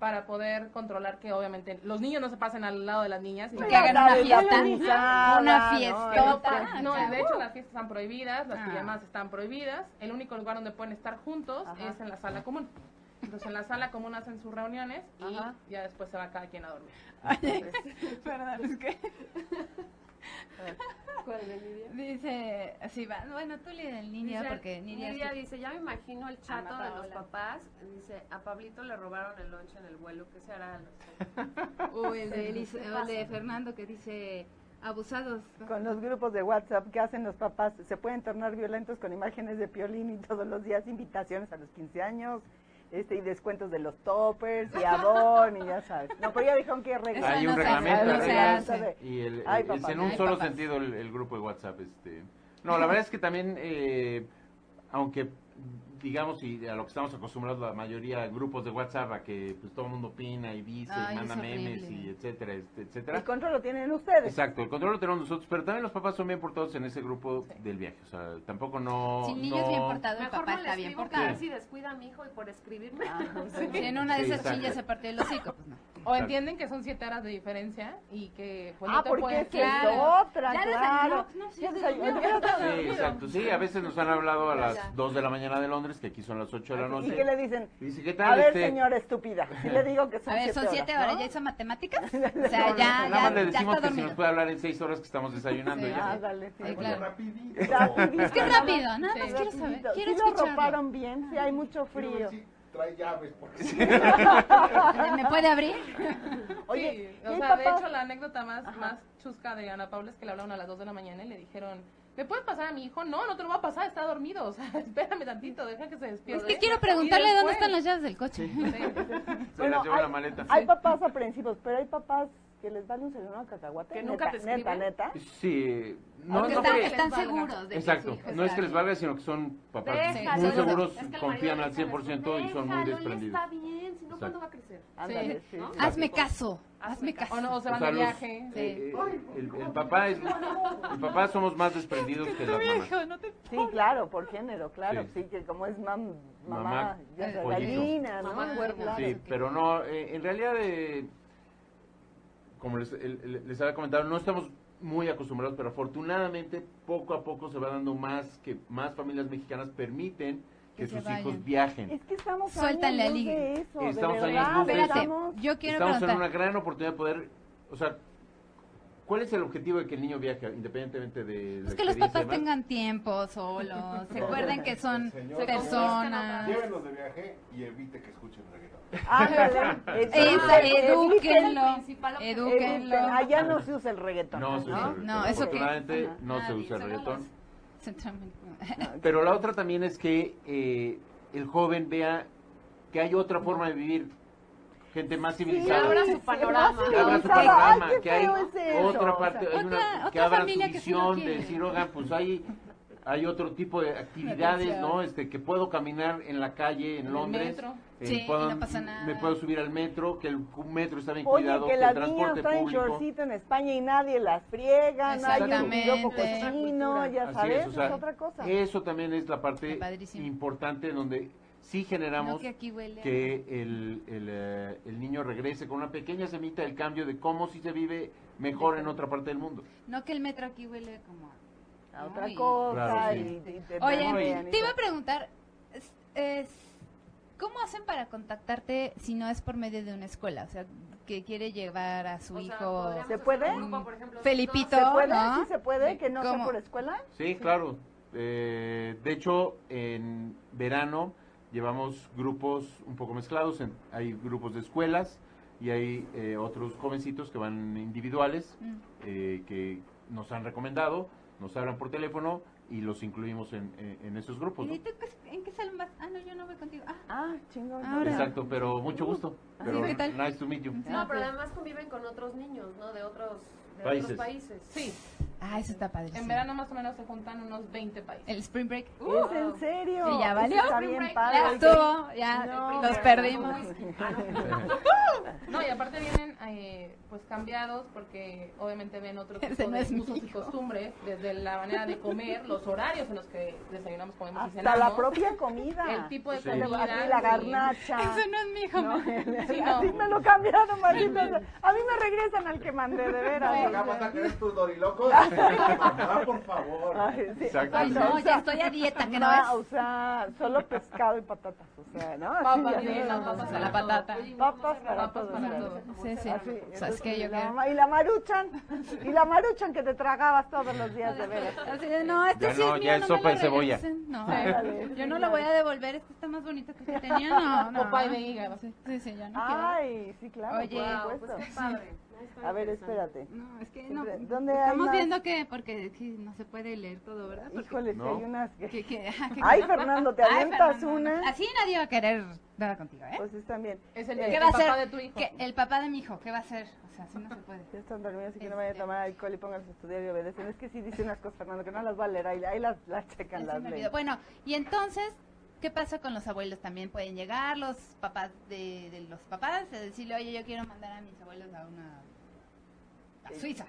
S7: para poder controlar que obviamente los niños no se pasen al lado de las niñas. y
S3: Que
S7: no-
S3: hagan una
S2: Sabes, la
S3: fiesta.
S2: organizada,
S3: Una
S2: ¿no?
S7: que no
S3: fiestota.
S7: pueden- No,
S3: Claro.
S7: de hecho las fiestas están prohibidas, las
S3: Ah.
S7: pijamadas están prohibidas. El único lugar donde pueden estar juntos
S2: Ajá.
S7: es en la sala común. Entonces en la sala común hacen sus reuniones y
S2: Ajá.
S7: ya después se va cada quien a dormir.
S3: Perdón, es que
S4: ¿Cuál de Lidia?
S3: dice así va. Bueno, tú lee el niño
S4: Dice-
S3: porque niña
S4: Lidia
S3: es-
S4: dice, ya me imagino el chato
S3: Ana
S4: de los
S3: Paola.
S4: papás. Dice, a Pablito le robaron el lonche en el vuelo. ¿Qué se hará? a los
S3: o el de, Elisa- o el de Fernando que dice abusados.
S2: Con los grupos de WhatsApp que hacen los papás, se pueden tornar violentos con imágenes de piolín y todos los días invitaciones a los 15 años. Este, y descuentos de los toppers y abón y ya sabes. No, pero ya dijeron que hay reglas.
S5: Hay
S3: no
S5: un
S3: se
S5: reglamento,
S3: hace,
S5: hay
S3: no se
S5: reglas,
S2: hace.
S5: Y el-
S2: Ay,
S5: es
S2: papá.
S5: en un
S3: Ay,
S5: solo
S3: papás.
S5: sentido el, el grupo de WhatsApp. este No, la verdad es que también, eh, aunque digamos, y a lo que estamos acostumbrados la mayoría, grupos de WhatsApp, a que pues todo el mundo opina y dice,
S3: Ay,
S5: y manda
S3: es
S5: memes,
S3: horrible.
S5: y etcétera, este, etcétera.
S2: El control lo tienen ustedes.
S5: Exacto, el control lo tenemos nosotros, pero también los papás son bien portados en ese grupo del viaje. O sea, tampoco no.
S3: Si el niño es bien
S5: no-
S3: portado, el papá
S4: no le
S3: está bien Ah.
S4: escribo,
S3: portado. pues
S4: a ver si descuida a mi hijo y por escribirme.
S3: Si en una de
S5: Sí,
S3: esas
S5: exacto.
S3: chillas se partió el hocico, pues no.
S7: O entienden que son siete horas de diferencia y que pues,
S2: Ah,
S7: no te
S2: porque
S7: puedes
S2: es
S7: quedar.
S3: claro.
S2: otra,
S3: Ya
S2: claro.
S3: desayunó, no, sí,
S2: Ya
S3: desayunó.
S2: desayunó, ya está
S5: Sí,
S2: dormido.
S5: exacto. Sí, a veces nos han hablado a las 2 de la mañana de Londres, que aquí son las 8 de la
S2: ¿Y
S5: noche.
S2: qué le dicen?
S5: Dice, ¿qué tal?
S2: A ver,
S5: este?
S2: señora estúpida, si le digo que son
S3: A ver, son siete horas,
S2: ¿no?
S3: ¿ya hizo matemáticas? O sea, ya,
S5: Nada más le
S3: ya, ya
S5: decimos
S3: está
S5: que si nos
S3: dormido.
S5: puede hablar en 6 horas que estamos desayunando.
S3: Sí,
S5: y ya.
S2: Ah, dale, sí.
S3: Sí, claro.
S8: Rapidito.
S2: Rapidito.
S3: Es que es rápido, nada
S7: Sí,
S3: más quiero saber,
S2: Rapidito.
S3: quiero
S2: Sí lo
S3: escucharlo.
S2: roparon bien, sí hay mucho
S8: Quiero
S2: frío.
S8: ver si trae llaves. Porque...
S3: ¿Me puede abrir?
S2: Oye,
S7: Sí,
S2: ¿y
S7: o
S2: hay
S7: sea, de
S2: papás?
S7: hecho la anécdota más, más chusca de Ana Paula es que le hablaron a las 2 de la mañana y le dijeron, ¿me puedes pasar a mi hijo? No, no te lo voy a pasar, está dormido, o sea, espérame tantito, deja que se despierte.
S3: Es que quiero preguntarle dónde están las llaves del coche.
S5: Se
S2: Bueno,
S5: las lleva en la
S2: hay-
S5: maleta.
S2: Hay papás aprensivos, pero hay papás que les vale un celular a cacahuate.
S7: Que
S2: neta,
S7: nunca te
S2: Neta,
S7: escriben.
S2: neta.
S5: Sí, no,
S3: Porque
S5: no
S3: están,
S5: que-
S3: están
S7: valga.
S3: seguros de
S5: Exacto,
S3: que su hijo
S5: no es
S3: está
S5: que les
S3: bien.
S5: valga, sino que son papás
S4: Déjalo.
S5: muy
S3: Déjalo.
S5: seguros,
S4: Es que la
S5: confían
S4: mayoría
S5: al
S4: de las
S5: 100% y son muy
S4: déjalo, él
S5: desprendidos.
S4: está bien, si no, ¿cuándo va a crecer?
S2: Ándale, sí. Ah,
S4: ¿no?
S2: sí.
S3: Hazme caso, hazme caso.
S7: O no, o se
S5: O
S7: van
S5: sea,
S7: de
S5: los-
S7: viaje.
S3: Sí.
S5: eh, eh, el, el papá es, el papá somos más desprendidos que las mamás.
S2: Sí, claro, por género, claro.
S5: Sí.
S2: Sí, que como es mam- mamá,
S5: Mamá,
S2: ya sea,
S5: pollito.
S2: gallina, ¿no?
S3: eh, Mamá cuervo.
S2: Claro.
S5: Sí, pero no, eh, en realidad, eh, como les, el- el- les había comentado, no estamos muy acostumbrados, pero afortunadamente poco a poco se va dando más que más familias mexicanas permiten que,
S3: Que se
S5: sus
S3: vayan.
S5: hijos viajen.
S2: Es que estamos
S3: Suéltale
S2: años
S3: al
S2: luz
S3: hígado.
S2: de eso, de
S5: Estamos
S2: verdad,
S5: años luz de eso.
S3: Ah, Espérate,
S2: estamos-
S3: yo quiero
S5: Estamos en
S3: preguntar.
S5: una gran oportunidad de poder, o sea, ¿Cuál es el objetivo de que el niño viaje, independientemente de... la
S3: Pues que los
S5: experiencia
S3: papás
S5: y demás?
S3: tengan tiempo solos, se acuerden que son
S8: Señor,
S4: se
S3: personas.
S8: Llévenlos de viaje y evite que escuchen reggaetón.
S2: Ándale,
S3: Esa-
S2: exacto,
S3: edúquenlo,
S4: Es el principal objetivo.
S3: edúquenlo.
S2: Allá no se usa el reggaetón.
S5: No, se usa el reggaetón.
S3: No, eso que-
S5: Afortunadamente,
S2: Ajá.
S5: no se
S3: Nadie,
S5: usa el
S3: solo
S5: reggaetón.
S3: los- Centroamérica.
S5: Pero la otra también es que eh, el joven vea que hay otra forma de vivir. Gente más civilizada.
S4: abra
S2: sí,
S4: su panorama.
S2: más
S5: que abra su
S2: civilizada. Ay,
S5: panorama,
S2: qué
S5: que hay
S2: feo es eso,
S5: otra
S2: o
S5: parte,
S3: sea.
S5: hay una-
S3: Otra-
S5: que
S3: otra
S5: abra su
S3: familia que sí lo
S5: visión, de
S3: quiere.
S5: decir, oigan, pues hay, hay otro tipo de actividades,
S3: Atención.
S5: ¿no? Este, que puedo caminar en la calle en
S7: el
S5: Londres.
S7: metro.
S5: eh,
S3: Sí, y
S5: puedo-
S3: no pasa nada.
S5: Me puedo subir al metro, que el metro está bien
S2: Oye,
S5: cuidado,
S2: que
S5: el
S2: las niñas
S5: transporte
S2: traen
S5: público.
S2: shortcito en España y nadie las friega, no hay un
S3: Exactamente.
S2: piropo cochino, ya
S5: Así
S2: sabes,
S5: es, o sea,
S2: es otra cosa.
S5: Eso también es la parte
S3: Está padrísimo.
S5: importante en donde sí
S3: No,
S5: generamos
S3: que aquí huele. a-
S5: que el, el, eh, el niño regrese con una pequeña semita del cambio de cómo sí se vive mejor en otra parte del mundo.
S3: No que el metro aquí huele como. a-
S2: A otra
S3: Ay.
S2: cosa
S5: Claro,
S2: y, y te
S3: Oye,
S2: permean y
S3: te iba a
S2: todo.
S3: preguntar, es- es- ¿cómo hacen para contactarte si no es por medio de una escuela? O sea, que quiere llevar a su
S4: O sea,
S3: hijo
S4: podríamos
S2: ¿Se
S4: hacer
S2: puede?
S4: un grupo, por ejemplo,
S3: Felipito,
S2: ¿Se puede?
S3: ¿no?
S2: ¿Sí se puede? ¿Que no sea
S3: ¿Cómo?
S2: por escuela?
S5: Sí, claro. Eh, de hecho, en verano llevamos grupos un poco mezclados. en- hay grupos de escuelas y hay eh, otros jovencitos que van individuales
S3: Mm.
S5: eh, que nos han recomendado, nos hablan por teléfono y los incluimos en, en- en esos grupos. ¿no?
S3: ¿Y tú qué- en qué salón vas? Ah, no, yo no voy contigo. Ah,
S2: Ah, chingón.
S3: Ahora. Uh.
S5: Exacto, pero mucho gusto. Pero
S3: ¿qué tal?
S5: Nice to meet you.
S4: No, pero además conviven con otros niños, ¿no? De otros, de
S5: Países.
S4: otros países.
S7: Sí,
S3: ah eso está padrísimo.
S7: en verano más o menos se juntan unos 20 países.
S3: El spring break.
S2: ¿Es en serio?
S3: Sí, ya
S2: Eso
S3: valió.
S2: Está
S4: Spring
S2: bien
S4: break,
S3: ya
S2: padre.
S3: estuvo, ya
S2: No, Ah,
S3: los
S2: pero-
S3: perdimos.
S7: No, y aparte vienen eh, pues cambiados porque obviamente ven otro
S3: Ese
S7: tipo
S3: no
S7: de
S3: es mi
S7: usos y
S3: hijo.
S7: costumbres, desde la manera de comer, los horarios en los que desayunamos, comemos y
S2: Hasta
S7: cenamos.
S2: la propia comida.
S7: El tipo de
S5: Sí.
S7: comida.
S2: Así la
S7: sí.
S2: garnacha.
S3: Eso no es mi hijo.
S2: No,
S7: Sí, no.
S2: así me lo cambiaron, maldita sea. A mí me regresan al que mandé, de veras.
S8: Oiga, ¿vas a querer tus dorilocos? Mamá, Ah, por favor.
S2: Ay, sí.
S5: Exacto.
S3: Ay, no, ya estoy a dieta, que no
S2: No,
S3: es.
S2: Ah, o sea, solo pescado y patatas, o sea, ¿no? Así,
S7: Papas,
S2: ya
S7: sí,
S2: sabes.
S7: las papas a la patata.
S4: Oye, no,
S2: Papas
S4: no,
S2: para
S7: papas
S2: todos.
S7: para
S2: ¿verdad?
S7: todos.
S3: Sí, sí.
S2: Así,
S3: O sea, es
S2: entonces,
S3: que
S2: y,
S3: yo
S2: la
S3: creo-
S2: mamá- y la maruchan, y la maruchan que te tragabas todos los días de veras.
S3: Así de, no, este
S5: Ya
S3: sí es
S5: no,
S3: mío,
S5: ya es
S3: no
S5: sopa
S3: me
S5: y
S3: lo
S5: cebolla.
S3: regresen. No,
S2: Ándale,
S3: yo
S2: sí,
S3: no lo voy a
S2: claro.
S3: devolver, este está más bonito que el que tenía. No, no.
S7: O pay de hígado.
S3: Sí, sí, sí, ya no quiero.
S2: Ay, sí, claro,
S3: Oye,
S2: por
S4: Wow, pues
S2: supuesto.
S4: qué padre. Ahí está
S2: A ver,
S4: interesante.
S2: espérate.
S3: No, es que no.
S2: Siempre- ¿Dónde hay
S3: Estamos
S2: más?
S3: viendo que, porque sí, no se puede leer todo, ¿verdad? Porque-
S2: Híjole, si
S5: No.
S2: hay unas que...
S3: que- que- ajá, que-
S2: Ay, Fernando, te
S3: Ay,
S2: avientas
S3: Fernando, no.
S2: una.
S3: Así nadie va a querer nada contigo, ¿eh?
S2: Pues están bien.
S7: Es el,
S2: ¿Qué
S7: el
S3: va a
S7: papá
S3: ser?
S7: de tu hijo.
S3: Que el papá de mi hijo, ¿qué va a hacer? O sea, así no se puede.
S2: Ya están dormidos, así que no vayan a
S3: Este.
S2: tomar alcohol y pónganse a estudiar y obedecen. Es que sí dice unas cosas, Fernando, que no las va a leer. Ahí, ahí las, las
S3: Ya
S2: checan,
S3: se
S2: las
S3: me
S2: leen.
S3: olvidó. Bueno, y entonces, ¿qué pasa con los abuelos? También pueden llegar los papás de, de los papás a decirle, oye, yo quiero mandar a mis abuelos a una... a Suiza,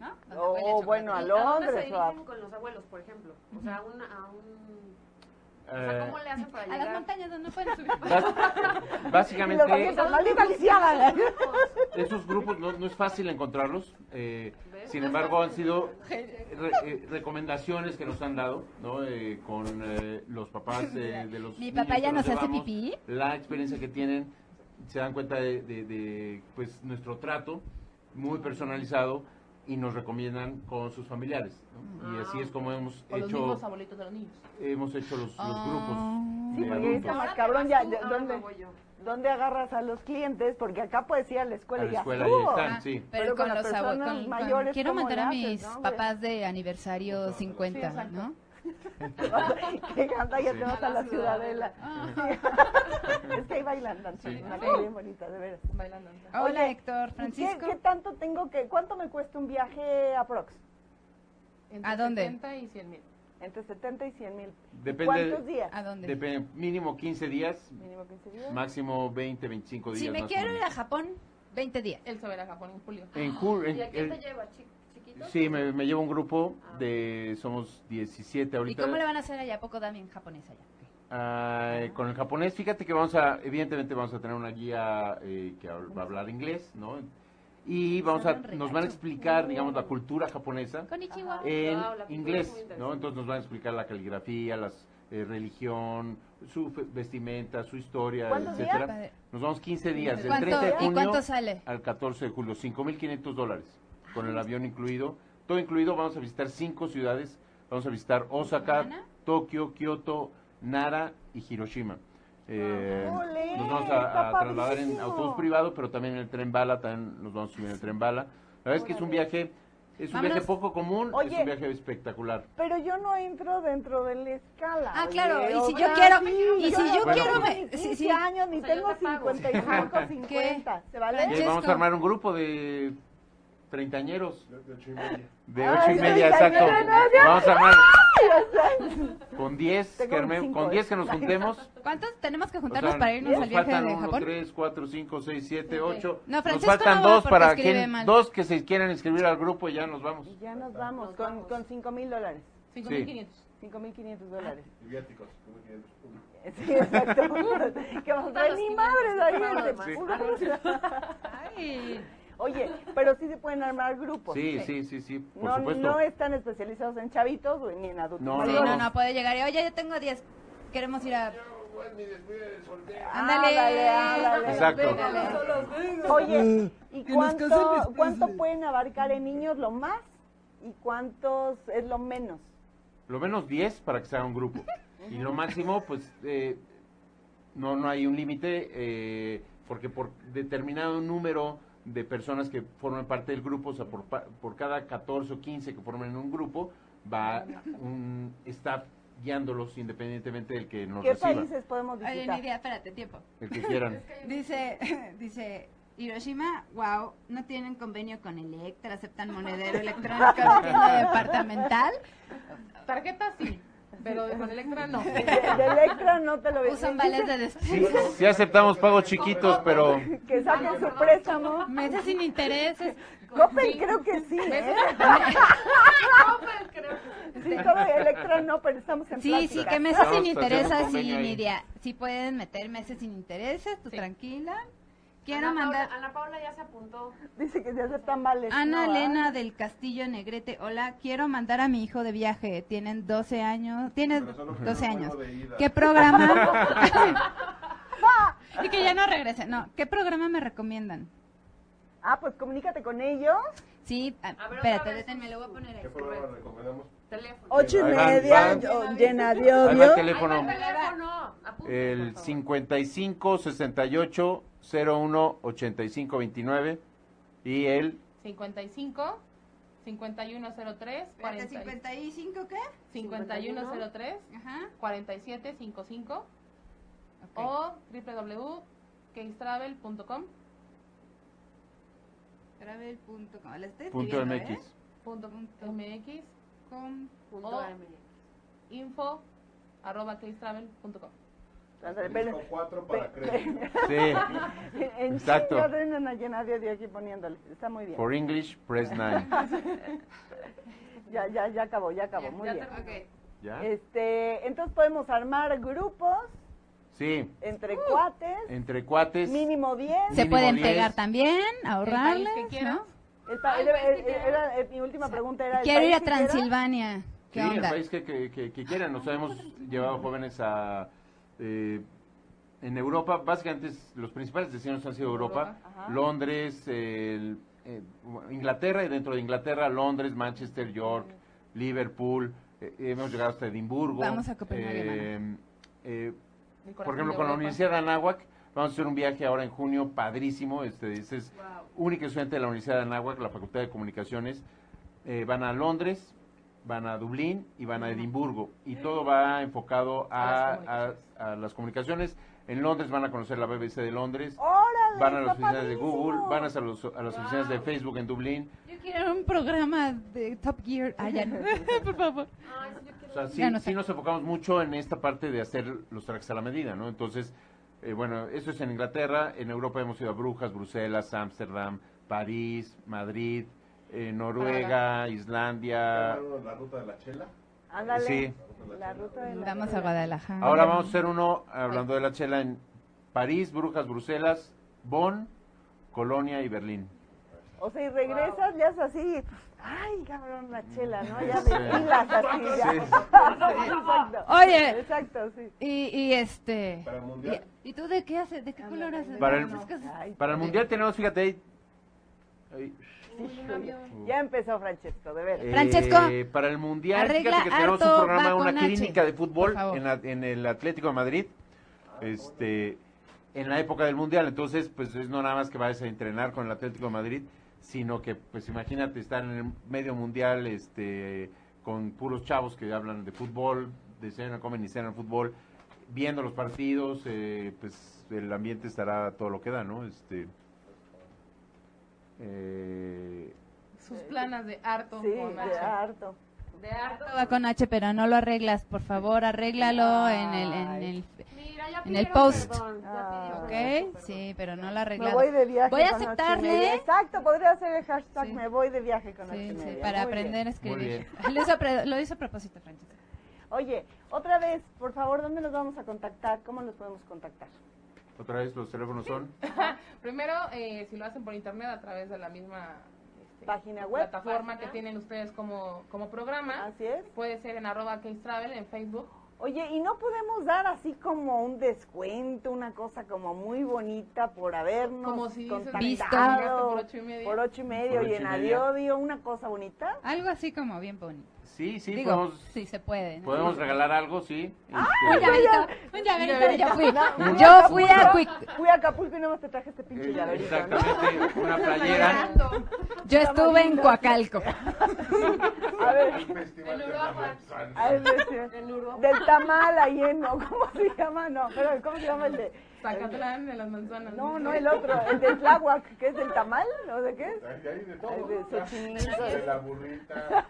S3: ¿no? Donde
S2: Oh,
S3: huele a chocolate.
S2: bueno, a
S4: ¿Y
S2: lo-
S4: dónde
S2: Londres,
S4: se
S2: o a-
S4: dirigen con los abuelos, por ejemplo? O sea, a un, a un... O sea,
S5: Eh,
S4: ¿cómo le hacen para
S3: A
S4: llegar?
S3: las montañas donde no pueden subir.
S5: bas-
S2: Y los
S5: básicamente,
S2: vamos a maldita lisiada.
S5: esos grupos no, no es fácil encontrarlos. eh,
S4: ¿Ves?
S5: sin embargo, han sido re- eh, recomendaciones que nos han dado, ¿no? Eh, con eh, los papás eh, de los
S3: Mi
S5: niños
S3: papá
S5: que
S3: ya nos hace
S5: llevamos,
S3: pipí.
S5: La experiencia que tienen, se dan cuenta de, de- de, pues nuestro trato muy personalizado y nos recomiendan con sus familiares. ¿no? Y
S4: Ah,
S5: así es como hemos
S7: O los
S5: hecho
S7: mismos abuelitos de los niños.
S5: hemos hecho los, los
S3: Ah.
S5: grupos.
S2: Sí,
S5: de
S2: porque está
S5: adultos.
S2: más cabrón ya. ya-
S4: ahora
S2: ¿Dónde?
S4: me voy yo.
S2: ¿Dónde agarras a los clientes? Porque acá puedes ir a la escuela
S5: A la
S2: y ya
S5: escuela
S2: estuvo.
S5: ya están.
S3: Ah,
S5: sí.
S3: Pero,
S2: Pero
S3: con,
S2: con las
S3: los abuelos,
S2: personas
S3: con- con-
S2: mayores,
S3: quiero
S2: ¿cómo
S3: mandar a
S2: le haces,
S3: mis
S2: no, güey?
S3: papás de aniversario
S8: Sí,
S3: 50,
S7: exacto.
S3: ¿no?
S2: que canta y
S5: Sí.
S2: te vas a la ciudadela.
S3: Ah.
S2: es que ahí bailan danza,
S5: Sí.
S2: una cosa bien bonita, de veras.
S7: Bailando.
S3: Hola,
S2: Oye, ¿Y
S3: Héctor,
S2: ¿Qué,
S3: Francisco.
S2: qué tanto tengo que, cuánto me cuesta un viaje a Prox?
S7: Entre
S3: ¿A dónde?
S7: 70 y 100 mil.
S2: Entre 70 y 100 mil.
S5: Depende-
S2: ¿Cuántos días?
S3: ¿A dónde?
S5: Depende, mínimo 15 días,
S2: Mínimo 15 días.
S5: máximo 20, 25 días.
S3: Si me
S5: más o
S3: quiero ir
S5: menos.
S3: a Japón, 20 días.
S7: Él se va a ir a Japón en julio.
S5: En ju- en-
S4: ¿Y a quién te
S5: el-
S4: lleva, chi- chiquito?
S5: Sí, me, me lleva un grupo
S4: Ah.
S5: de, somos
S3: ¿Y
S5: 17 ahorita.
S3: cómo le van a hacer allá? ¿A poco también japonés allá?
S5: Ay, Ah, con el japonés, fíjate que vamos a, evidentemente vamos a tener una guía eh, que hab- va a hablar inglés, ¿no? Y vamos a,
S3: Saben
S5: nos van a
S3: regacho.
S5: explicar, digamos, la cultura japonesa
S3: Konichiwa.
S4: Ajá.
S5: en
S4: Wow, Ah, la cultura es muy
S5: inglés,
S4: interesante.
S5: ¿no? Entonces nos van a explicar la caligrafía, las eh, religión, su fe- vestimenta, su historia,
S2: ¿Cuántos
S5: etcétera.
S3: días?
S5: Nos vamos 15 días, del
S3: ¿Cuánto-
S5: 30 de
S3: ¿Y
S5: junio
S3: cuánto sale?
S5: al 14 de julio, 5.500 dólares. con el avión incluido. Todo incluido, vamos a visitar cinco ciudades. Vamos a visitar Osaka,
S3: ¿Nana?
S5: Tokio, Kioto, Nara y Hiroshima. Eh,
S2: Ah, ¡Ole!
S5: nos vamos a- a,
S2: ¡Está
S5: trasladar en
S2: padrísimo!
S5: autobús privado, pero también en el tren bala, también nos vamos a subir en el tren bala. La verdad es que es un viaje, es un viaje
S3: Vámonos.
S5: poco común, es
S2: Oye.
S5: un viaje espectacular.
S2: Pero yo no entro dentro de la escala.
S3: Ah, claro,
S2: oye,
S3: y si
S2: oiga,
S3: yo quiero-
S2: sí,
S3: y si yo
S5: Bueno,
S3: quiero,
S5: pues-
S3: me-
S2: tengo
S3: sí,
S2: 15
S3: sí.
S2: años, ni
S4: O sea, yo
S2: tengo
S4: te pago.
S2: 55, 50. ¿Se
S5: Y
S2: vale?
S5: ahí vamos
S3: Francesco.
S5: a armar un grupo de treintañeros.
S8: De ocho y media.
S5: De
S2: Ay,
S5: ocho y media, exacto.
S2: treintañeros, no, Dios.
S5: Vamos a armar
S2: Ay,
S5: con 10 que,
S2: Tengo
S5: arme-
S2: cinco,
S5: con
S2: ¿eh?
S5: 10 que nos juntemos.
S3: ¿Cuántos tenemos que
S5: O
S3: juntarnos
S5: sea,
S3: para irnos
S5: nos
S3: al viaje
S5: faltan
S3: de
S5: uno,
S3: Japón?
S5: tres, cuatro, cinco, seis, siete,
S7: Ok.
S5: ocho.
S3: No,
S5: nos
S3: Francisco
S5: faltan
S3: no va
S5: dos
S3: porque
S5: para
S3: escribe
S5: quien-
S3: mal.
S5: dos que se quieran inscribir al grupo y ya nos vamos.
S2: Y ya nos vamos
S4: Nos
S2: con,
S4: vamos.
S2: con 5 mil dólares.
S7: 5.500.
S2: 5.500
S3: Ah.
S2: dólares.
S8: Y viáticos, como quieres.
S2: Sí, exacto. ¿Qué vamos a traer?
S4: Los
S2: Ni
S4: 500,
S2: madres ahí.
S4: los
S2: este,
S4: demás.
S2: puros.
S3: Ay,
S2: Oye, pero sí se pueden armar grupos.
S5: Sí, sí, sí, sí, por
S2: No,
S5: supuesto.
S2: no están especializados en chavitos güey, ni en adultos.
S5: No,
S3: sí,
S2: mayores.
S3: no, no, puede llegar. y, Oye, yo tengo 10. Queremos ir a...
S4: pues,
S3: Ándale.
S2: Ándale, ándale.
S5: Exacto.
S2: Oye, ¿y cuánto, cuánto pueden abarcar en niños lo más? ¿Y cuántos es lo menos?
S5: Lo menos 10 para que sea un grupo. Y lo máximo, pues, eh, no, no hay un límite, eh, porque por determinado número de personas que formen parte del grupo, o sea, por, pa- por cada 14 o 15 que formen un grupo, va un staff guiándolos independientemente del que nos
S2: ¿Qué
S5: reciba,
S2: países podemos
S3: Oye,
S2: visitar?
S3: Nidia, espérate, tiempo.
S5: el que quieran.
S3: Dice, dice, Hiroshima, wow, no tienen convenio con Electra, aceptan monedero electrónico, tienda departamental,
S7: Tarjeta sí, pero de con Electra no.
S2: De, de Electra no te lo ves.
S3: usan vales de
S5: Sí,
S3: despensa,
S5: sí aceptamos pagos chiquitos, pero
S2: Que saquen su préstamo.
S3: meses sin intereses.
S2: Coppel creo que sí, ¿eh? Sí, Coppel Electra no, pero estamos en
S3: Sí, sí,
S2: plática.
S3: que meses
S5: Vamos
S3: sin
S5: a hacer un
S3: intereses, sí,
S5: convenio ahí.
S3: Nidia. Sí pueden meter meses sin intereses, tú
S7: Sí.
S3: tranquila. Quiero
S4: Ana
S3: mandar...
S4: Paula, Ana Paula ya se apuntó.
S2: Dice que se aceptan vales.
S3: Ana
S2: ¿no, ah? verdad?
S3: Elena del Castillo Negrete, hola, quiero mandar a mi hijo de viaje, tienen 12 años, tiene
S8: Pero solo que
S3: 12
S8: no
S3: años.
S8: juego de ida.
S3: ¿Qué programa? y que ya no regrese, no, ¿qué programa me recomiendan?
S2: Ah, pues comunícate con ellos.
S3: Sí, ah,
S4: A ver,
S3: espérate,
S4: otra vez.
S3: deténme, lo voy a poner ahí.
S8: ¿Qué programa recomendamos?
S4: Teléfono.
S2: Ocho y
S5: Ahí va,
S2: media,
S5: ahí va.
S2: yo- llena de
S5: ahí va el
S2: odio.
S5: teléfono.
S4: Ay, teléfono. Apunte,
S5: El
S4: por favor.
S5: 55 68 01 85 29 y el
S7: 55, 5103,
S3: Espérate,
S7: 40,
S3: ¿55 qué?
S7: 5103,
S3: Ajá.
S7: 4755
S3: ok.
S4: Oh.
S7: o www.casetravel.com.mx.
S3: Travel.com, la estoy
S5: punto
S3: escribiendo,
S5: MX.
S3: ¿eh? Com-
S4: Punto
S7: o-
S4: AML.
S7: info arroba casetravel.com.
S2: Ándale, pero-
S8: Disco 4 para crédito.
S4: ¿eh?
S5: Sí,
S2: En
S5: Exacto.
S2: chinga tienen a llenar de odio aquí poniéndole. Está muy bien.
S5: for English, press 9.
S2: Ya, ya, ya acabó, ya acabó.
S3: Ya,
S2: muy
S4: ya
S2: bien.
S4: terminó.
S3: Ok.
S5: ¿Ya?
S2: Este, entonces podemos armar grupos
S5: Sí,
S3: Uh.
S2: entre cuates,
S5: entre cuates.
S2: mínimo 10.
S3: Se
S5: Mínimo
S3: pueden
S5: 10.
S3: pegar también,
S7: El país
S3: ahorrarles,
S7: que quieras.
S3: ¿no?
S2: El pa-
S4: Ay,
S2: era-
S4: pues, sí,
S2: era- era- eh, mi última pregunta era... ¿el
S3: Quiero ir
S2: país
S3: a
S2: que quiera?
S3: Transilvania. ¿Qué
S5: sí, el
S3: onda?
S5: país que, que- que- que quieran. Nos hemos llevado jóvenes a. eh, en Europa, básicamente es- los principales destinos han sido Europa,
S2: Europa, ajá.
S5: Londres, el- eh, Inglaterra y dentro de Inglaterra, Londres, Manchester, York, Liverpool. eh, hemos llegado hasta Edimburgo.
S3: Vamos a Copenhague,
S5: eh, eh,
S7: El
S5: por ejemplo,
S7: corazón de
S5: con la
S7: Europa.
S5: Universidad de Anáhuac, vamos a hacer un viaje ahora en junio padrísimo. Este, este es única estudiante de la Universidad de Anáhuac, la Facultad de Comunicaciones. Eh, van a Londres, van a Dublín y van a Edimburgo. Y todo va enfocado a,
S7: A
S5: a- a
S7: las comunicaciones.
S5: las comunicaciones. En Londres van a conocer la BBC de Londres,
S2: ¡Órale!
S5: van a las
S2: está
S5: oficinas de
S2: padrísimo!
S5: Google, van a, las- a las oficinas de Facebook en Dublín.
S3: Yo quiero un programa de Top Gear. Ah, ya no. Por favor.
S4: Ay, sí, yo
S5: O
S4: quiero-
S5: sea, sí,
S3: Ya no sé.
S5: sí nos enfocamos mucho en esta parte de hacer los trajes a la medida, ¿no? Entonces, eh, bueno, eso es en Inglaterra. En Europa hemos ido a Brujas, Bruselas, Ámsterdam, París, Madrid, eh, Noruega, Islandia.
S8: Armaron La ruta de la chela.
S2: Ándale.
S5: Sí.
S2: La ruta de la
S3: Vamos a Guadalajara.
S5: Ahora vamos a hacer uno, hablando de la chela, en París, Brujas, Bruselas, Bonn, Colonia y Berlín.
S2: O sea, y regresas, ya es así. Ay, cabrón, la chela, ¿no? Ya
S5: Sí.
S2: de pilas así, ya.
S5: Sí.
S2: Exacto.
S3: Oye.
S2: Exacto, sí.
S3: Y, y este.
S8: Para el mundial.
S3: Ah, ¿Y tú de qué haces? ¿De qué color haces?
S5: Para el-
S3: Esas cosas.
S2: Ay,
S5: Para el Mundial tenemos, fíjate, Ahí.
S4: Uy, un avión.
S5: Uh.
S2: Ya empezó Francesco, de veras.
S5: Eh,
S3: Francesco,
S5: para el Mundial,
S3: arregla
S5: fíjate que tenemos un
S3: harto,
S5: programa,
S3: va
S5: una
S3: con H,
S5: clínica de fútbol
S3: por favor.
S5: en, la- en el Atlético de Madrid, este, en la época del Mundial. Entonces, pues es no nada más que vayas a entrenar con el Atlético de Madrid, sino que, pues imagínate estar en el medio mundial este, con puros chavos que hablan de fútbol, de cena, comen y cenan fútbol, viendo los partidos, eh, pues el ambiente estará a todo lo que da, ¿no? Este, eh,
S7: Sus planas de harto
S2: Sí,
S7: con
S2: de
S7: H.
S2: harto.
S4: De harto.
S3: Va con H, pero no lo arreglas, por favor, arréglalo en el, en
S2: Ay.
S3: el,
S4: Mira, ya
S3: en el
S4: pidieron
S3: post.
S4: perdón, ya
S2: Ah,
S4: pidieron perdón,
S3: ¿ok?
S4: perdón.
S3: Sí, pero no lo
S2: Me
S3: arreglado.
S2: voy de viaje.
S3: Voy a
S2: con ocho y
S3: aceptarle.
S2: media. Exacto, podría ser el hashtag
S3: Sí.
S2: me voy de viaje con ocho y
S3: Sí, sí,
S2: media.
S3: para
S2: Muy bien.
S3: aprender a
S5: Muy
S3: escribir.
S5: bien.
S3: Lo hizo, a pre- lo hizo a propósito, Francesco.
S2: Oye, otra vez, por favor, ¿dónde nos vamos a contactar? ¿Cómo nos podemos contactar?
S5: otra vez los teléfonos son...
S7: Primero, eh, si lo hacen por internet a través de la misma este,
S2: Página Ah, web.
S7: plataforma
S4: Página.
S7: que tienen ustedes como, como programa,
S2: Así es.
S7: puede ser en arroba Case Travel en Facebook.
S2: Oye, ¿y no podemos dar así como un descuento, una cosa como muy bonita por habernos
S7: Como si dices,
S2: contactado
S3: Visto.
S7: pagaste por ocho y media.
S2: por ocho y medio
S5: Por
S2: y
S5: ocho
S2: en
S5: y media.
S2: Adiodio, una cosa bonita?
S3: Algo así como bien bonito.
S5: Sí, sí, pues,
S3: Digo,
S5: podemos,
S3: sí se puede. ¿no?
S5: podemos regalar algo, sí.
S3: Un
S5: Este,
S3: llaverito, un llaverito, yo fui.
S2: No,
S3: Yo fui a
S2: Acapulco,
S3: Quick-
S2: Fui a Acapulco y nada más te traje este pinche
S5: eh,
S2: llaverito, ¿no?
S5: exactamente, una playera.
S3: Yo estuve en Coacalco.
S2: A ver,
S8: Un festival
S4: En
S8: de
S4: Europa.
S8: Ramazán.
S2: a ver, decía,
S4: En Uruguay.
S2: del tamal ahí en, no, ¿cómo se llama? No, pero ¿cómo se llama el de?
S7: Zacatlán de las manzanas.
S2: No, no el otro, el del Tláhuac, que es del tamal, ¿no de qué es?
S8: Ahí hay de
S2: El
S8: todo.
S2: de Xochimilco.
S8: De la burrita,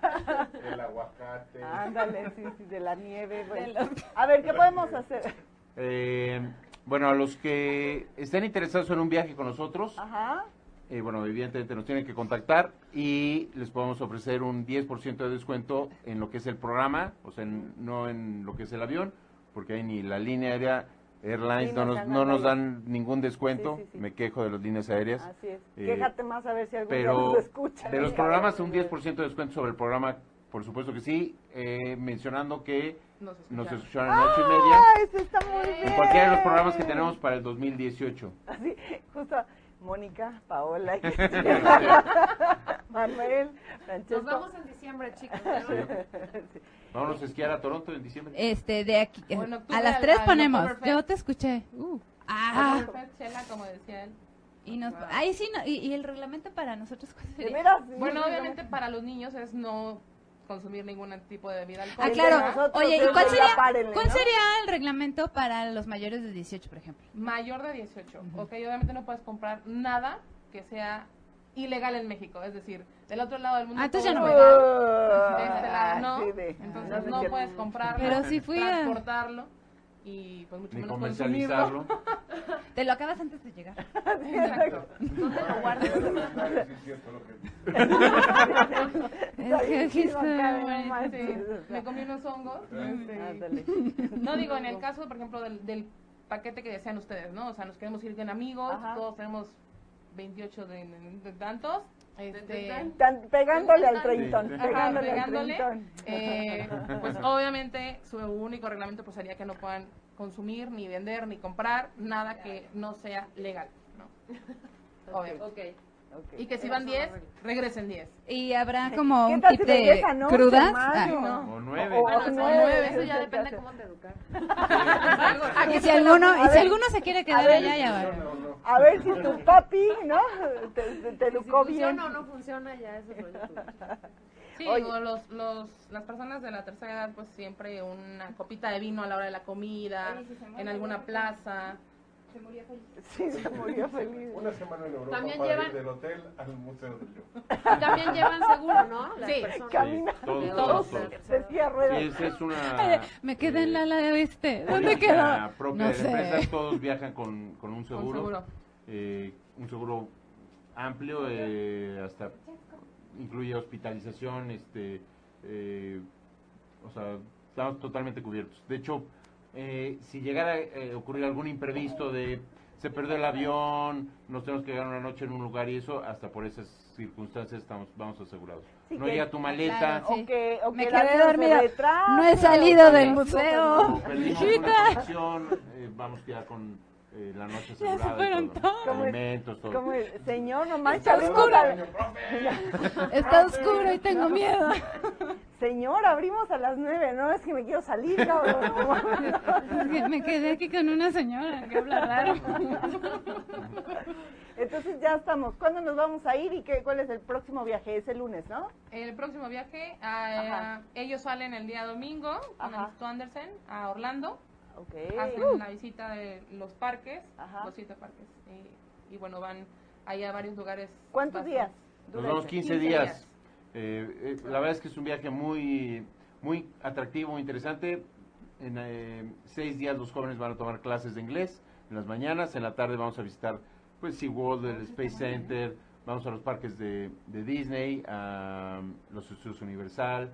S8: del aguacate.
S4: Ah.
S2: Ándale, sí, sí, de la nieve. bueno.
S3: De los-
S2: A ver, ¿qué podemos hacer?
S5: Eh, bueno, a los que estén interesados en un viaje con nosotros,
S2: Ajá.
S5: eh, bueno, evidentemente nos tienen que contactar y les podemos ofrecer un 10% de descuento en lo que es el programa, o sea, en- no en lo que es el avión, porque ahí ni la línea aérea, airlines,
S2: Sí,
S5: no,
S2: no
S5: nos,
S2: están
S5: no nos
S2: aéreas.
S5: dan ningún descuento,
S2: Sí, sí, sí.
S5: me quejo de las líneas aéreas.
S2: Así es.
S5: Eh,
S2: Quéjate más a ver si algún día
S5: pero
S2: nos escucha.
S5: de los programas un 10% de descuento sobre el programa, por supuesto que sí, eh, mencionando que
S7: Nos
S5: nos
S7: escucharon.
S5: escucharon a las ocho y media
S2: Ah, eso está muy bien.
S5: en cualquiera de los programas que tenemos para el 2018.
S2: Así, justo Mónica, Paola, Manuel, Francesco.
S4: Nos vamos en diciembre, chicos. ¿no?
S2: Ah, Sí.
S5: Vámonos a esquiar a Toronto en diciembre.
S3: Este, de aquí.
S7: O en octubre
S3: a las
S7: al-
S3: 3
S7: al
S3: ponemos.
S7: Oktoberfest.
S3: Yo te escuché. Uh. Ah.
S7: Entonces, Chela, como decía él.
S3: Y nos, ahí sí, no- y, y el reglamento para nosotros, ¿cuál
S2: De
S3: sería?
S2: veras.
S7: Bueno, obviamente para los niños es no consumir ningún tipo de bebida
S3: Ah,
S7: alcohólica.
S2: de
S3: claro.
S2: nosotros
S3: Oye,
S2: es
S3: ¿y cuál
S2: ya
S3: sería,
S2: párenle,
S3: cuál
S2: ¿no?
S3: sería el reglamento para los mayores de 18, por ejemplo?
S7: Mayor de 18.
S3: Ujú.
S7: Ok, obviamente no puedes comprar nada que sea ilegal en México. Es decir, del otro lado del mundo.
S3: Ah, entonces
S7: todo
S3: ya
S7: es
S3: no voy.
S7: legal, de este lado
S2: Ah,
S7: no.
S2: sí, de- no
S7: Entonces
S2: sé
S7: no
S2: qué-
S7: puedes comprarlo,
S3: Pero sí fui a-
S7: transportarlo y pues mucho
S5: Ni
S7: menos
S5: comercializarlo.
S3: Te lo acabas antes de llegar.
S7: consumirlo. Exacto.
S4: ¿Dónde lo guardas?
S8: Sí, es cierto lo que-
S3: Es que aquí
S2: Sí, no cabe,
S3: está-
S2: no manches,
S7: Sí,
S2: o sea.
S7: me comí unos hongos. este,
S2: Ándale.
S7: No digo, en el caso, por ejemplo, del, del paquete que desean ustedes, ¿no? O sea, nos queremos ir bien amigos,
S2: Ajá.
S7: todos tenemos 28 de, de tantos. Este,
S4: tantos.
S2: Tan- pegándole al treintón,
S5: Sí.
S7: Ajá,
S2: pegándole,
S7: pegándole,
S2: al treintón.
S7: eh, pues obviamente su único reglamento pues sería que no puedan consumir, ni vender, ni comprar, nada que no sea legal, ¿no? Obvio.
S4: Ok.
S2: Ok.
S7: Y que si van 10, regresen 10.
S3: Y habrá como
S2: ¿Qué
S3: un
S2: tal
S3: tip
S2: si
S3: de
S2: regresan ocho,
S3: crudas.
S2: Mario?
S3: Ah,
S5: O nueve.
S2: O- o
S4: Bueno,
S2: nueve,
S4: nueve, eso
S2: sí,
S4: ya depende
S2: sí.
S4: cómo te educar.
S3: y si alguno, y
S2: A
S3: si
S2: ver,
S3: alguno se quiere quedar
S2: ver,
S3: allá, ya
S8: No,
S3: va.
S8: no, no.
S2: A ver si tu papi, ¿no? Te, te, te
S4: Si
S2: educó bien.
S4: funciona o no funciona, ya eso es rollo tuyo.
S7: Sí,
S2: Oye.
S7: digo, los, los, las personas de la tercera edad, pues siempre una copita de vino a la hora de la comida,
S3: Oye, si se muere
S7: en alguna
S3: alguna
S7: plaza.
S2: Sí, se murió feliz.
S8: Una semana en Europa
S4: También
S8: para
S4: llevan-
S8: ir del hotel al museo del Louvre.
S4: Y también llevan seguro, ¿no? Las
S7: Sí.
S4: personas.
S2: Camina.
S5: Sí, todos,
S4: Todos,
S5: todos,
S4: todos.
S5: todos.
S2: Decía
S5: Sí,
S2: ruedas.
S5: es, es una.
S3: Me quedé en la ala de oeste.
S5: eh,
S3: ¿Dónde
S5: política
S3: quedó?
S5: propia
S3: No
S5: de la empresa.
S3: sé.
S5: Todos viajan con, con un seguro.
S7: Con seguro.
S5: eh, un seguro amplio, eh, hasta incluye hospitalización, este, eh, o sea, estamos totalmente cubiertos. De hecho, eh, si llegara a ocurrir algún imprevisto de se perdió el avión, nos tenemos que quedar una noche en un lugar y eso, hasta por esas circunstancias estamos vamos asegurados.
S2: Sí,
S5: no
S2: que-
S5: llega tu maleta,
S3: Claro,
S2: O que, o
S3: Me
S2: que el
S3: quedé
S2: avión se
S3: dormida.
S2: retrasa,
S3: No he
S2: o
S3: salido
S2: que
S3: del
S2: las cosas
S3: museo.
S2: no-
S5: perdimos
S3: Hijita.
S5: una conexión, eh, vamos ya con eh, la noche
S3: se
S5: asegurada. y
S3: fueron
S5: todo,
S3: todos.
S5: ¿no? Alimentos, todo.
S2: Como el señor, no manches.
S3: Está
S2: abrimos
S3: oscuro.
S2: a-
S3: Está oscuro y tengo miedo.
S2: Señor, abrimos a las nueve, no es que me quiero salir, cabrón.
S3: Es que me quedé aquí con una señora que habla raro.
S2: Entonces ya estamos. ¿Cuándo nos vamos a ir y qué, cuál es el próximo viaje? Es el lunes, ¿no?
S7: El próximo viaje, ah,
S2: Ajá.
S7: ellos salen el día domingo con el
S2: Ajá.
S7: Instituto Andersen a Orlando,
S2: Ok.
S3: Ah,
S7: hacen la visita de los parques,
S2: Ajá.
S7: los siete parques, y, y bueno, van ahí a varios lugares.
S2: ¿Cuántos
S7: bastante-
S2: días?
S5: Nos
S2: Dura
S5: vamos
S2: ese.
S5: 15
S7: 15
S5: días.
S7: días.
S5: Eh, eh, la verdad es que es un viaje muy, muy atractivo, muy interesante. En eh, seis días los jóvenes van a tomar clases de inglés en las mañanas. En la tarde vamos a visitar pues SeaWorld, el Space Center, vamos a los parques de, de Disney, a los estudios Universal.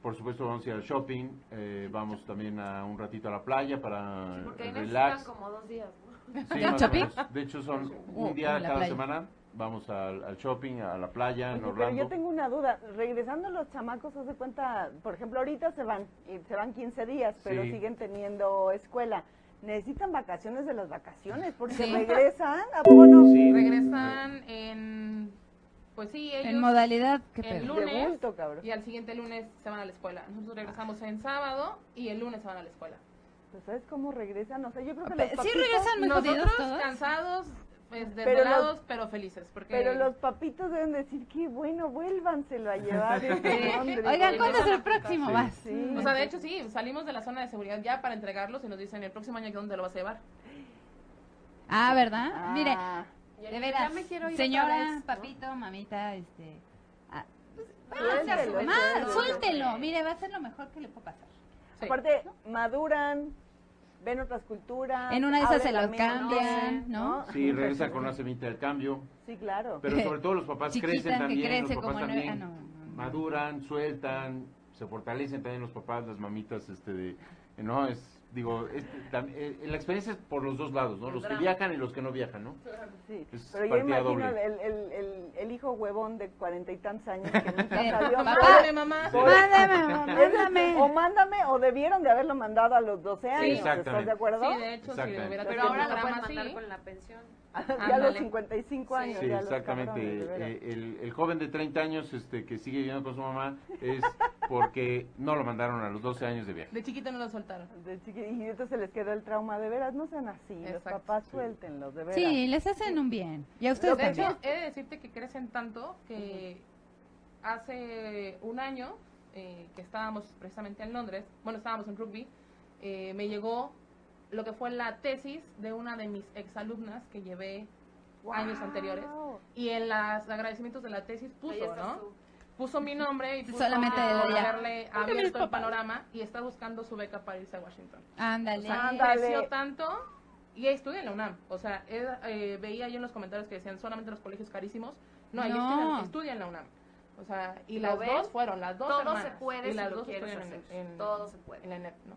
S5: Por supuesto vamos a ir al shopping, eh, vamos también a un ratito a la playa para
S4: Porque ahí
S5: el
S4: necesitan
S5: relax.
S4: como dos días, ¿no?
S5: Sí,
S3: ¿Del
S5: más o
S3: shopping?
S5: menos. De hecho son
S3: Oh,
S5: un día
S3: en la
S5: cada
S3: playa.
S5: semana. Vamos al, al shopping, a la playa,
S2: Oye,
S5: en
S2: pero
S5: Orlando.
S2: yo tengo una duda. Regresando los chamacos, haz de cuenta, por ejemplo, ahorita se van, y se van 15 días, pero
S5: Sí.
S2: siguen teniendo escuela. Necesitan vacaciones de las vacaciones, porque
S7: Sí.
S2: regresan a poco no?
S5: Sí.
S7: Regresan en, pues sí, ellos
S3: En modalidad, qué
S7: el
S3: pedo.
S2: De
S7: lunes
S2: bulto, cabrón.
S7: y al siguiente lunes se van a la escuela. Nosotros
S4: Ah.
S7: regresamos en sábado y el lunes se van a la escuela.
S2: Pues, ¿Sabes cómo regresan? O sea, yo creo que los
S3: Sí
S2: papitos-
S3: regresan muy
S7: Nosotros
S3: jodidos todos.
S7: cansados,
S2: Pero
S7: pues
S2: los-
S7: desvelados, pero felices. Porque
S2: Pero los papitos deben decir, qué bueno, vuélvanselo a llevar. este
S7: Sí.
S2: hombre".
S3: Oigan, ¿cuándo es
S7: Regresan
S3: el
S7: a
S3: próximo
S5: Sí.
S3: vas?
S2: Sí.
S7: O sea, de hecho sí, salimos de la zona de seguridad ya para entregarlos y nos dicen el próximo año dónde lo vas a llevar.
S3: Ah, ¿verdad?
S2: Ah,
S3: Mire,
S4: Y el-
S3: de veras,
S4: ya me quiero ir otra
S3: señora,
S4: vez, ¿no?
S3: papito, mamita, este... ah, pues, váyanse a su
S2: Suéltelo,
S3: mamá,
S2: suéltelo.
S4: pues
S3: suéltelo. Mire, va a ser lo mejor que le puede pasar.
S7: Sí.
S2: Aparte, maduran, ven otras culturas.
S3: En una de esas
S2: abren
S3: se
S2: la
S3: las
S2: mente,
S3: cambian, ¿no?
S5: Sí, regresa con una semita del cambio,
S2: Sí, claro.
S5: pero sobre todo los papás
S3: Chiquita
S5: crecen
S3: que
S5: también,
S3: crece
S5: los papás
S3: como nueve-
S5: también
S3: ah, no, no, no.
S5: maduran, sueltan, se fortalecen también los papás, las mamitas, este, de, no es, digo, es- tam- eh, la experiencia es por los dos lados, ¿no? Los que viajan y los que no viajan, ¿no?
S2: Sí,
S5: Es
S2: pero yo
S5: partida
S2: imagino el,
S5: doble.
S2: el- el- el hijo huevón de cuarenta y tantos años que nunca
S3: Eh,
S2: salió.
S3: papá,
S7: Pobre mamá.
S5: Sí.
S3: Mándame, mamá,
S2: Es decir, O
S3: mándame.
S2: mándame, o debieron de haberlo mandado a los 12 años. ¿Estás
S5: Exactamente.
S2: de acuerdo?
S7: Sí, de hecho, si
S5: Exactamente.
S7: hubiera
S4: Pero
S7: tenido
S4: ahora
S7: un
S4: la pueden
S7: programa
S4: mandar
S7: así,
S4: con la pensión.
S3: Ah,
S2: ya a los
S7: ándale.
S2: 55 años.
S5: Sí,
S2: ya los
S5: exactamente.
S2: cabrones, de veras.
S5: Eh, el, el joven de 30 años este, que sigue viviendo con su mamá es porque no lo mandaron a los 12 años de viaje.
S7: de chiquito no lo soltaron.
S2: De chiqui- y entonces les quedó el trauma, de veras, no sean así, los
S7: Exacto.
S2: papás suéltenlos, de veras.
S3: Sí, les hacen un bien. Y a ustedes
S7: De
S3: también.
S7: hecho, he de decirte que crecen tanto que hace un año eh, que estábamos precisamente en Londres, bueno, estábamos en rugby, eh, me llegó lo que fue la tesis de una de mis exalumnas que llevé años anteriores. Y en los agradecimientos de la tesis
S4: Ahí
S7: puso,
S4: estás
S7: ¿no?
S4: tú.
S7: Puso mi nombre y puso
S3: Solamente
S7: que
S3: de ella.
S7: haberle
S3: mis
S7: abierto el
S3: papás.
S7: panorama y está buscando su beca para irse a Washington. O
S3: Ándale.
S7: sea,
S2: Ándale.
S7: creció tanto y estudia en la UNAM. O sea, era, eh, veía yo en los comentarios que decían solamente los colegios carísimos. No, ella
S3: No.
S7: estudia, estudia en la UNAM. O sea, y
S4: ¿Lo
S7: las
S4: ves?
S7: dos fueron, las dos
S4: Todo
S7: hermanas.
S4: se puede
S7: y
S4: si
S7: las
S4: lo
S7: dos
S4: quieres
S7: estudian
S4: hacer.
S7: en, en-
S4: Todo se puede.
S7: En la ENEP, ¿no.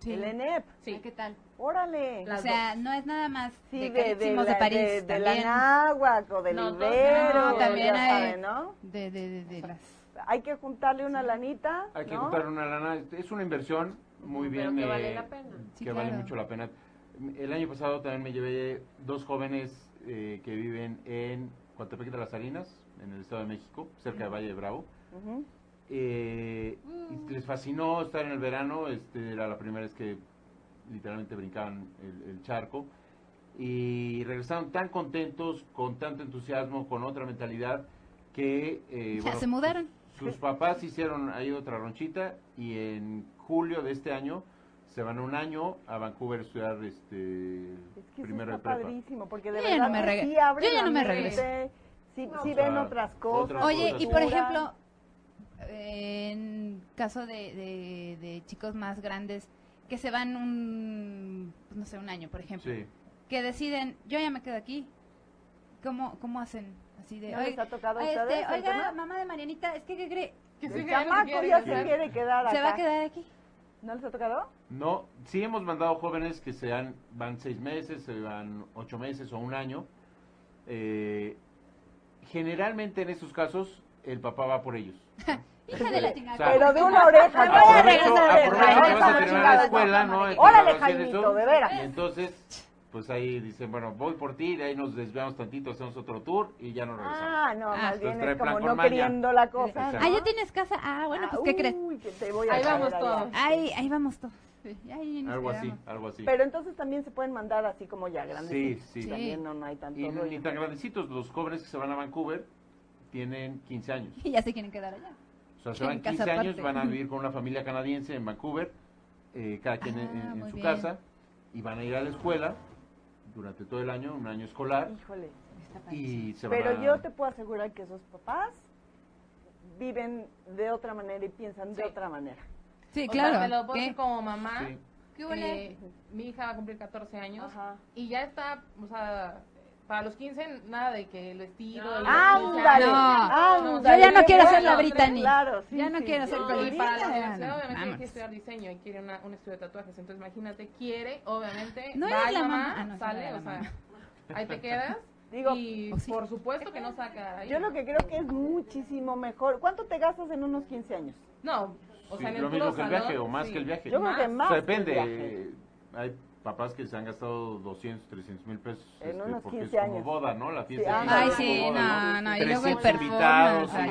S3: Sí.
S2: El ENEP,
S7: Sí,
S3: Ah, ¿Qué tal?
S2: órale.
S7: Las
S3: o sea, no es nada más
S2: sí,
S3: de,
S2: de, de,
S3: carísimos de
S2: la-
S3: París,
S2: de- de la
S3: también.
S2: náhuac o del
S7: No, todos-
S2: Ibero,
S7: no,
S3: también
S2: ya
S3: hay-
S2: saben, ¿no?
S3: de, de, de, de las...
S2: Hay que juntarle una lanita,
S5: Hay que
S2: ¿no?
S5: juntar una lana, es una inversión muy
S4: Pero
S5: bien.
S4: que
S5: eh,
S4: vale la pena.
S3: Sí,
S5: que
S3: claro.
S5: vale mucho la pena. El año pasado también me llevé dos jóvenes eh, que viven en Coatepec de las Salinas, en el Estado de México, cerca de Valle de Bravo.
S2: Ujú.
S5: Eh, y les fascinó estar en el verano, este, era la primera vez que literalmente brincaban el, el charco. Y regresaron tan contentos, con tanto entusiasmo, con otra mentalidad, que... eh,
S3: Ya
S5: bueno,
S3: se mudaron.
S5: sus papás hicieron ahí otra ronchita y en julio de este año se van un año a Vancouver a estudiar este
S2: Es que eso
S5: primero de
S2: está
S5: prepa.
S2: padrísimo, porque de
S3: Yo ya
S2: verdad
S3: no me
S2: que
S3: reg-
S2: sí abren
S3: yo ya no
S2: la
S3: me
S2: mente,
S3: regreso.
S2: Sí,
S4: No,
S2: sí
S5: claro.
S2: ven otras cosas.
S5: Otras
S3: Oye,
S5: cosas.
S3: y por
S2: culturas.
S3: ejemplo, en caso de, de, de chicos más grandes que se van un, no sé, un año, por ejemplo,
S5: Sí.
S3: que deciden, yo ya me quedo aquí, ¿cómo, cómo hacen? Así de,
S2: ¿No
S3: "Oye,
S2: les ha tocado a
S3: este,
S2: ustedes el
S3: oiga,
S2: tema?
S3: mamá de Marianita, es que, ¿qué cree?
S7: Que
S2: El
S7: sí,
S2: chamaco
S7: quiere
S2: ya se
S7: regresar.
S2: quiere quedar acá.
S3: ¿Se va a quedar aquí?
S2: ¿No les ha tocado?
S5: No, sí hemos mandado jóvenes que se han- van seis meses, se van ocho meses o un año. Eh, generalmente en estos casos el papá va por ellos.
S3: Hija de la
S5: Sí.
S3: chingada.
S5: Claro.
S2: Pero de una oreja.
S3: Me
S2: ¿no?
S3: voy a
S5: Aprovecho-
S3: regresar,
S5: aprovecho que vas
S2: regresa
S5: a
S2: la
S5: terminar la
S2: chingada.
S5: escuela, ¿no?
S2: Órale,
S5: Entonces,
S2: Jaimito, de veras.
S5: Y entonces, pues ahí dicen, bueno, voy por ti, de ahí nos desviamos tantito, hacemos otro tour y ya nos regresamos.
S2: Ah, no,
S3: Ah,
S2: más
S3: pues
S2: bien
S5: trae
S2: es como
S5: plan
S2: no
S5: formal ya.
S2: queriendo la cosa.
S5: Exacto.
S3: Ah, ya tienes casa. Ah, bueno, pues, ¿qué crees?
S2: Uy, que te voy a
S7: Ahí
S2: traer
S7: vamos
S2: allá.
S7: todos.
S3: Ahí, ahí vamos todos. Sí, ahí nos
S5: Algo así,
S3: quedamos.
S5: algo así.
S2: Pero entonces también se pueden mandar así como ya
S5: sí,
S2: grandes.
S5: sí.
S3: Sí.
S2: También no, no hay tanto
S5: Y ni
S2: rollo.
S5: tan grandecitos, los jóvenes que se van a Vancouver tienen 15 años.
S3: Y ya se quieren quedar allá.
S5: O sea, se
S3: En
S5: van 15
S3: casa
S5: años,
S3: aparte.
S5: van a vivir con una familia canadiense en Vancouver, eh, cada quien en,
S3: Ah,
S5: en
S3: muy
S5: su
S3: bien.
S5: casa, y van a ir a la escuela durante todo el año, un año escolar,
S2: Híjole.
S3: Está padrísimo.
S5: y se van
S2: Pero
S5: a-
S2: yo te puedo asegurar que esos papás viven de otra manera y piensan de
S7: Sí.
S2: otra manera.
S3: Sí,
S7: O
S3: claro.
S7: sea, te lo puedo
S3: ¿qué?
S7: decir como mamá.
S5: Sí.
S3: ¿Qué huele?
S7: eh, mi hija va a cumplir 14 años.
S2: Ajá.
S7: Y ya está, o sea, para los 15, nada de que el vestido.
S4: No.
S7: y la
S2: ¡Ándale!
S7: camisa,
S3: No,
S2: ándale,
S3: yo ya no
S2: qué
S3: quiero ser
S2: bueno.
S3: la Brittany.
S2: Claro, sí,
S3: Ya no
S2: sí,
S3: quiero
S2: sí.
S3: ser
S7: No, y para la
S3: Brittany.
S7: universidad obviamente hay que
S3: Vámonos.
S7: estudiar diseño y quiere una, un estudio de tatuajes. Entonces imagínate, quiere, obviamente,
S3: No
S7: va
S3: eres la
S7: mamá,
S3: mamá. Ah, no, sí, no
S7: sale,
S3: era
S7: o
S3: la
S7: sea, ahí te quedas.
S2: Digo,
S7: y
S3: o sí.
S7: por supuesto que no saca ahí.
S2: Yo lo que creo que es muchísimo mejor. ¿Cuánto te gastas en unos 15 años?
S7: No, o
S5: Sí,
S7: sea, en el
S5: lo mismo
S7: puro
S5: que el
S7: salón,
S5: viaje, o más
S7: sí.
S5: que el viaje.
S2: Yo creo que
S5: O
S2: más.
S5: sea,
S2: que el
S5: depende.
S2: viaje.
S5: eh, Hay papás que se han gastado 200, 300 mil pesos. este,
S2: En unos
S5: porque
S2: 15
S5: es como
S2: años.
S5: boda, ¿no? La fiesta.
S2: ah,
S5: es
S3: Ay,
S5: como
S3: sí,
S5: boda,
S3: no, no. Y luego el
S5: 300
S3: performance.
S5: invitados, y la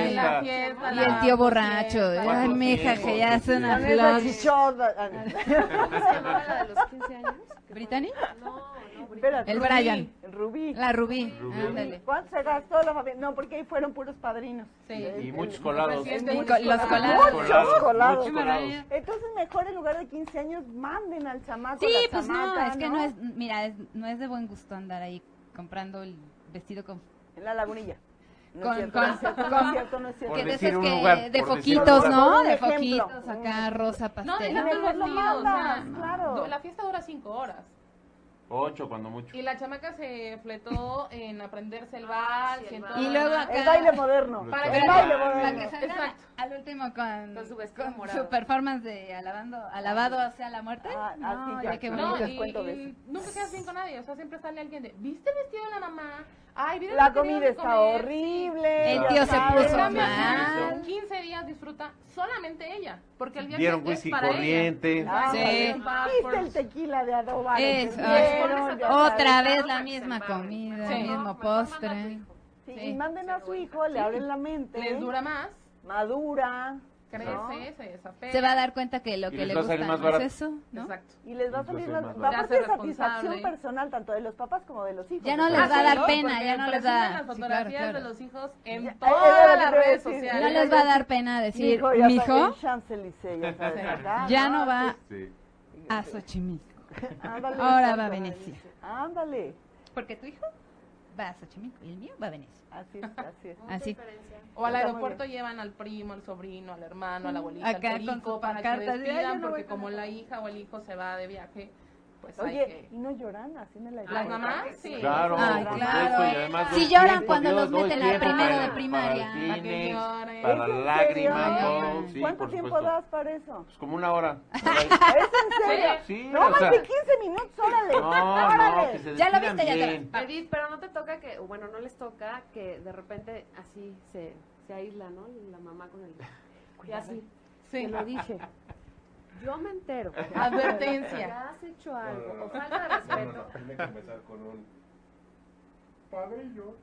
S3: ay,
S5: orquesta.
S7: La fiesta,
S3: Y el
S7: la
S3: tío borracho.
S7: fiesta,
S5: Cuatro
S3: Ay, mija,
S5: tiempos,
S3: que ya es
S5: sí.
S3: una
S2: Con
S3: flor.
S2: esos shorts, ah, no.
S4: ¿Cómo se llamaba la de los 15 años?
S3: ¿Brittany?
S4: No, no,
S2: Espérate.
S3: El Brian.
S2: Rubí.
S3: La Rubí.
S5: Rubí.
S3: Ándale.
S2: ¿Cuánto se gastó la familia? No, porque ahí fueron puros padrinos.
S7: Sí.
S5: Y muchos colados.
S7: Recién
S3: Y
S7: muchos
S3: Pues co- los
S7: colados.
S3: colados.
S2: Muchos colados.
S5: muchos
S3: Qué
S5: colados.
S3: maravilla.
S2: Entonces, mejor en lugar de 15 años, manden al chamaco.
S3: Sí,
S2: a la
S3: pues no,
S2: chamaca,
S3: es que no es, mira, es- no es de buen gusto andar ahí comprando el vestido con...
S2: En la lagunilla. No
S3: Con-
S2: es cierto,
S3: con-
S2: no es cierto, no
S3: con-
S2: es cierto, no es cierto.
S5: Por
S3: que de
S5: decir
S3: esos
S5: un
S3: que
S5: lugar,
S3: de
S5: por decir un
S3: foquitos,
S5: lugar.
S3: ¿no?
S2: Por un
S3: De
S2: ejemplo.
S3: foquitos, acá rosa pastel.
S7: No,
S2: no,
S7: deja
S2: mejor
S7: los
S2: lo
S7: vestidos, o sea,
S2: mandas, claro.
S7: du- la fiesta dura cinco horas.
S5: Ocho, cuando mucho.
S7: Y la chamaca se fletó en aprenderse
S3: Ah,
S7: el vals y, en todo
S3: Y
S7: lo
S3: luego
S7: demás.
S3: acá-
S2: El baile moderno.
S5: Los
S7: Para
S2: el
S7: que-
S2: baile
S3: Para
S2: moderno.
S3: que salgan
S7: Exacto.
S3: al último con,
S4: Con su vestido
S3: con
S4: morado.
S3: su performance de alabando, alabado sea la muerte.
S2: Ah, así
S3: no,
S2: ya.
S3: ya qué
S2: No,
S3: bonito.
S2: les cuento de eso.
S7: nunca quedas bien con nadie, o sea, siempre sale alguien de, ¿viste el vestido de la mamá? Ay, ¿vieron
S2: La
S7: lo que
S2: comida
S7: dieron de
S2: está
S7: comer?"
S2: horrible.
S3: El
S2: ya
S3: tío se
S2: sabes.
S3: puso
S7: En cambio,
S3: mal.
S7: en 15 días disfruta solamente ella, porque el viaje
S5: Dieron
S7: es
S5: whisky
S7: para
S5: corriente.
S7: ella. Exacto,
S3: Sí.
S7: dieron
S2: Viste
S7: passports.
S2: el tequila de adobo.
S3: Es-
S2: que
S3: ay,
S2: vieron, ya
S3: otra
S2: sabes.
S3: vez la misma comida,
S7: Sí.
S3: el
S4: pues,
S3: mismo postre.
S2: Sí,
S3: sí.
S2: y manden a su hijo, le abren la mente.
S7: Les dura más,
S2: Madura.
S7: crece,
S2: ¿no?
S7: se desapega.
S3: Se va a dar cuenta que lo
S5: Y
S3: que
S5: les
S3: le
S5: va a
S3: gusta
S5: salir más
S3: no
S5: barato.
S3: es eso, ¿no?
S7: Exacto.
S2: Y les va a salir
S5: Incluso
S2: más.
S5: es más
S2: Va
S7: barato.
S2: a ser
S7: Ya ser
S2: satisfacción
S7: responsable.
S2: personal tanto de los papás como de los hijos.
S3: Ya no
S2: O
S3: les
S2: sea,
S3: va a dar
S7: Ah, sí,
S3: pena,
S7: porque
S3: ya no les
S7: presumen
S3: da- sí,
S7: Las
S3: claro,
S7: fotografías
S3: claro.
S7: de los hijos
S2: Ya,
S7: en
S2: era
S7: todas
S2: lo que
S7: las
S2: te iba a
S7: redes
S2: decir.
S7: sociales.
S3: No les va a dar pena
S2: Mi
S3: decir,
S2: hijo, ya
S3: mijo,
S2: sabes, Champs-Élysées, ya sabes, ¿verdad?
S3: ya no va
S5: Sí.
S3: a Xochimilco.
S2: Ándale,
S3: ahora
S2: exacto,
S3: va a Venecia.
S2: Ándale.
S3: Porque tu hijo va a Xochimilco y el mío va a Venecia.
S2: Así es, así es.
S3: Así.
S7: O al
S2: Está muy
S7: aeropuerto llevan al primo, al sobrino, al hermano, a la abuelita,
S3: Acá
S7: al
S3: con
S7: perico,
S3: su
S7: para que
S3: pancarta de, "Ay, yo
S7: despidan,
S3: no voy
S7: porque
S3: con
S7: como
S3: el
S7: la hija o el hijo se va de viaje, pues hay
S2: Oye,
S7: que...
S2: ¿y no lloran así en el
S7: ¿Las
S2: aeropuerto?
S7: mamás? Sí.
S5: Claro,
S3: Ay,
S5: por
S3: Ah, claro.
S5: supuesto, y además
S3: Sí
S5: doy
S3: lloran
S5: tiempo,
S3: cuando
S5: Dios,
S3: los
S5: doy
S3: meten a
S5: tiempo
S3: primero
S5: para-
S3: de primaria.
S5: Para el
S7: Para que
S5: Kleenex,
S7: lloren.
S5: para
S2: ¿Es en
S5: lágrimas,
S2: serio?
S5: todo, sí,
S2: ¿Cuánto
S5: por
S2: tiempo
S5: supuesto.
S2: das para eso?
S5: Pues como una hora.
S2: ¿Es en serio?
S5: Sí,
S2: no,
S5: o
S2: más
S5: sea-
S2: de 15 minutos, órale.
S5: No, no, que
S2: órale.
S5: se
S3: Ya lo
S5: despidan
S3: viste, ya te
S5: bien.
S4: Edith, pero no te toca que, bueno, no les toca que de repente así se, se aísla, ¿no? La mamá con el... Y así,
S7: Sí.
S4: te lo dije. Yo me entero.
S7: Advertencia.
S4: Ya has hecho
S8: No,
S4: algo.
S8: no, no.
S4: O falta de
S8: No,
S4: respeto.
S8: no, no. Tiene que empezar con un padre y yo.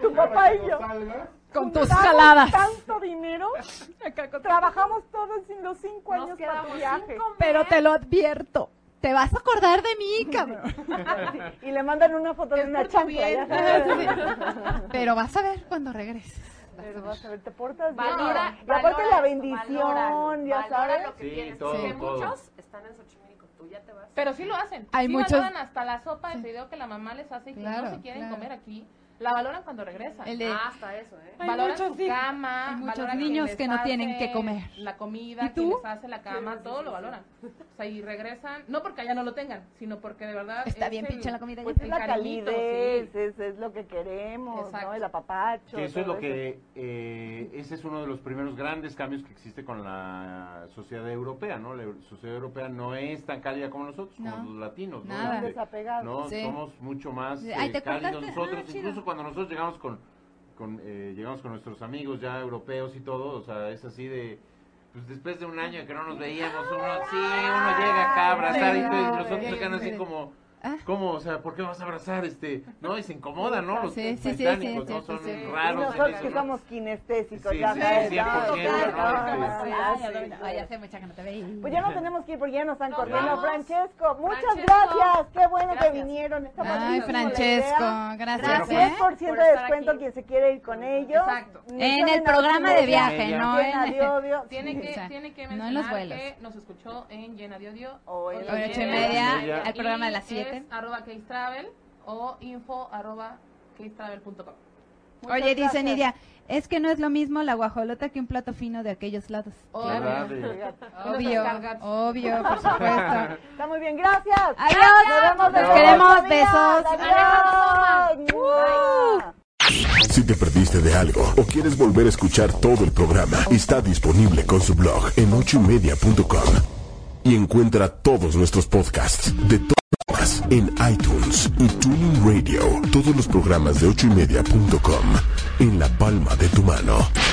S2: Tu papá y
S8: Cuando
S2: yo.
S8: salgas,
S3: Con tus
S2: juntamos
S3: jaladas.
S2: tanto dinero. Trabajamos todos en los cinco
S4: Nos
S2: años para tu
S4: quedamos
S2: viaje.
S4: cinco
S3: Pero te lo advierto. Te vas a acordar de mí, cabrón.
S2: Y le mandan una foto de
S7: Es
S2: una
S7: por tu
S2: chancla.
S7: bien.
S2: ya sabes.
S3: Pero vas a ver cuando regreses.
S2: Pero vas a ver, te portas bien.
S4: Valora,
S2: y aparte
S4: valora
S2: la
S4: eso,
S2: bendición,
S4: valóralo,
S2: ya
S4: valora
S2: sabes.
S4: lo que
S5: Sí,
S4: tienes,
S5: todo,
S4: porque
S5: todo.
S4: muchos están en Xochimilco, tú ya te vas.
S7: Pero sí lo hacen.
S3: Hay
S7: sí
S3: muchos-
S7: valoran hasta la sopa de fideo que la mamá les hace y que
S3: Claro,
S7: no se quieren
S3: claro.
S7: comer aquí. La valoran cuando regresan.
S3: El de
S4: Ah, hasta eso, ¿eh?
S3: Hay
S7: valoran
S3: muchos
S7: su
S3: sí.
S7: cama,
S3: Hay muchos
S7: valoran
S3: niños
S7: quien
S3: que
S7: les
S3: no tienen
S7: hace
S3: que comer.
S7: La comida,
S3: ¿Y tú?
S7: quien les hace la cama,
S4: Sí, sí,
S7: todo
S4: sí,
S7: lo
S4: sí.
S7: valoran. O sea, y regresan, no porque allá no lo tengan, sino porque de verdad
S3: Está
S7: es
S3: bien
S7: el-
S3: pinche la comida. ya.
S2: Pues es la
S7: El cariñito,
S2: calidez,
S7: sí.
S2: es, es lo que queremos,
S7: Exacto.
S2: ¿no? El apapacho.
S5: Que eso es
S2: todo
S5: lo que, eh, ese es uno de los primeros grandes cambios que existe con la sociedad europea, ¿no? La eu- sociedad europea no es tan cálida como nosotros,
S3: No.
S5: como los latinos, ¿no? Este,
S3: Nada.
S2: Son
S5: Donde-
S2: desapegados.
S5: No,
S3: Sí.
S5: somos mucho más
S3: Sí, ay,
S5: eh,
S3: ¿te
S5: cálidos
S3: acordaste?
S5: nosotros.
S3: Ah, chido.
S5: Incluso cuando nosotros llegamos con, con eh, llegamos con nuestros amigos ya europeos y todo, o sea, es así de, Pues después de un año que no nos veíamos, uno
S9: Ah,
S5: sí, uno llega acá a abrazar y, todo, y los otros se quedan así como,
S9: Ah.
S5: ¿cómo? O sea, ¿por qué vas a abrazar? este No, y se incomoda, ¿no? Los
S9: Sí, sí, sí,
S5: británicos,
S9: sí,
S5: ¿no?
S9: sí,
S5: Son
S9: sí.
S2: Y
S5: raros. en
S2: nosotros
S5: eso,
S2: que
S5: ¿no?
S2: somos kinestésicos,
S5: Sí,
S2: ya
S5: sí,
S2: sabes,
S5: sí,
S2: ¿no?
S5: por
S9: Claro,
S5: ejemplo, ¿no?
S9: claro, claro.
S5: Este-
S9: Ay,
S2: Sí.
S9: adorno. Ay, hace mucha que no te veía.
S2: Pues ya no tenemos que ir porque ya nos están
S4: Nos
S2: corriendo.
S4: vamos.
S2: Francesco, muchas
S4: Francesco.
S2: gracias. Qué bueno
S4: Gracias.
S2: que vinieron. Está
S9: Ay,
S2: padrísimo la
S9: Francesco,
S2: idea.
S9: gracias.
S4: Gracias.
S9: ¿eh?
S2: 10%
S4: Por
S2: de
S4: estar
S2: descuento
S4: aquí.
S2: quien se quiere ir con ellos.
S7: Exacto.
S2: Ni
S9: En
S2: saben
S9: el
S2: a
S9: programa
S2: dónde
S9: de viaje,
S5: Media.
S9: ¿no?
S2: Llena
S9: En-
S2: de odio.
S7: Tiene que,
S9: Exacto.
S7: tiene que
S9: No en
S7: mencionar
S9: los vuelos.
S7: que nos escuchó en Llena de Odio.
S2: O en
S7: ocho
S2: Ocho y
S5: media,
S9: al programa de las
S7: es
S9: siete.
S7: arroba Case Travel o info arroba casetravel.com.
S2: Muchas
S9: Oye, dice
S2: gracias.
S9: Nidia, es que no es lo mismo la guajolota que un plato fino de aquellos lados.
S3: Oh,
S5: ¿Verdad?
S9: Obvio, obvio, por supuesto.
S2: Está muy bien, gracias.
S9: Adiós,
S2: Nos vemos
S9: los
S2: el
S9: queremos,
S2: próximo día.
S9: besos.
S2: Adiós. Mua.
S1: Si te perdiste de algo o quieres volver a escuchar todo el programa, está disponible con su blog en ochoymedia.com. Y encuentra todos nuestros podcasts de todas horas en iTunes y Tuning Radio. Todos los programas de ochoymedia.com en la palma de tu mano.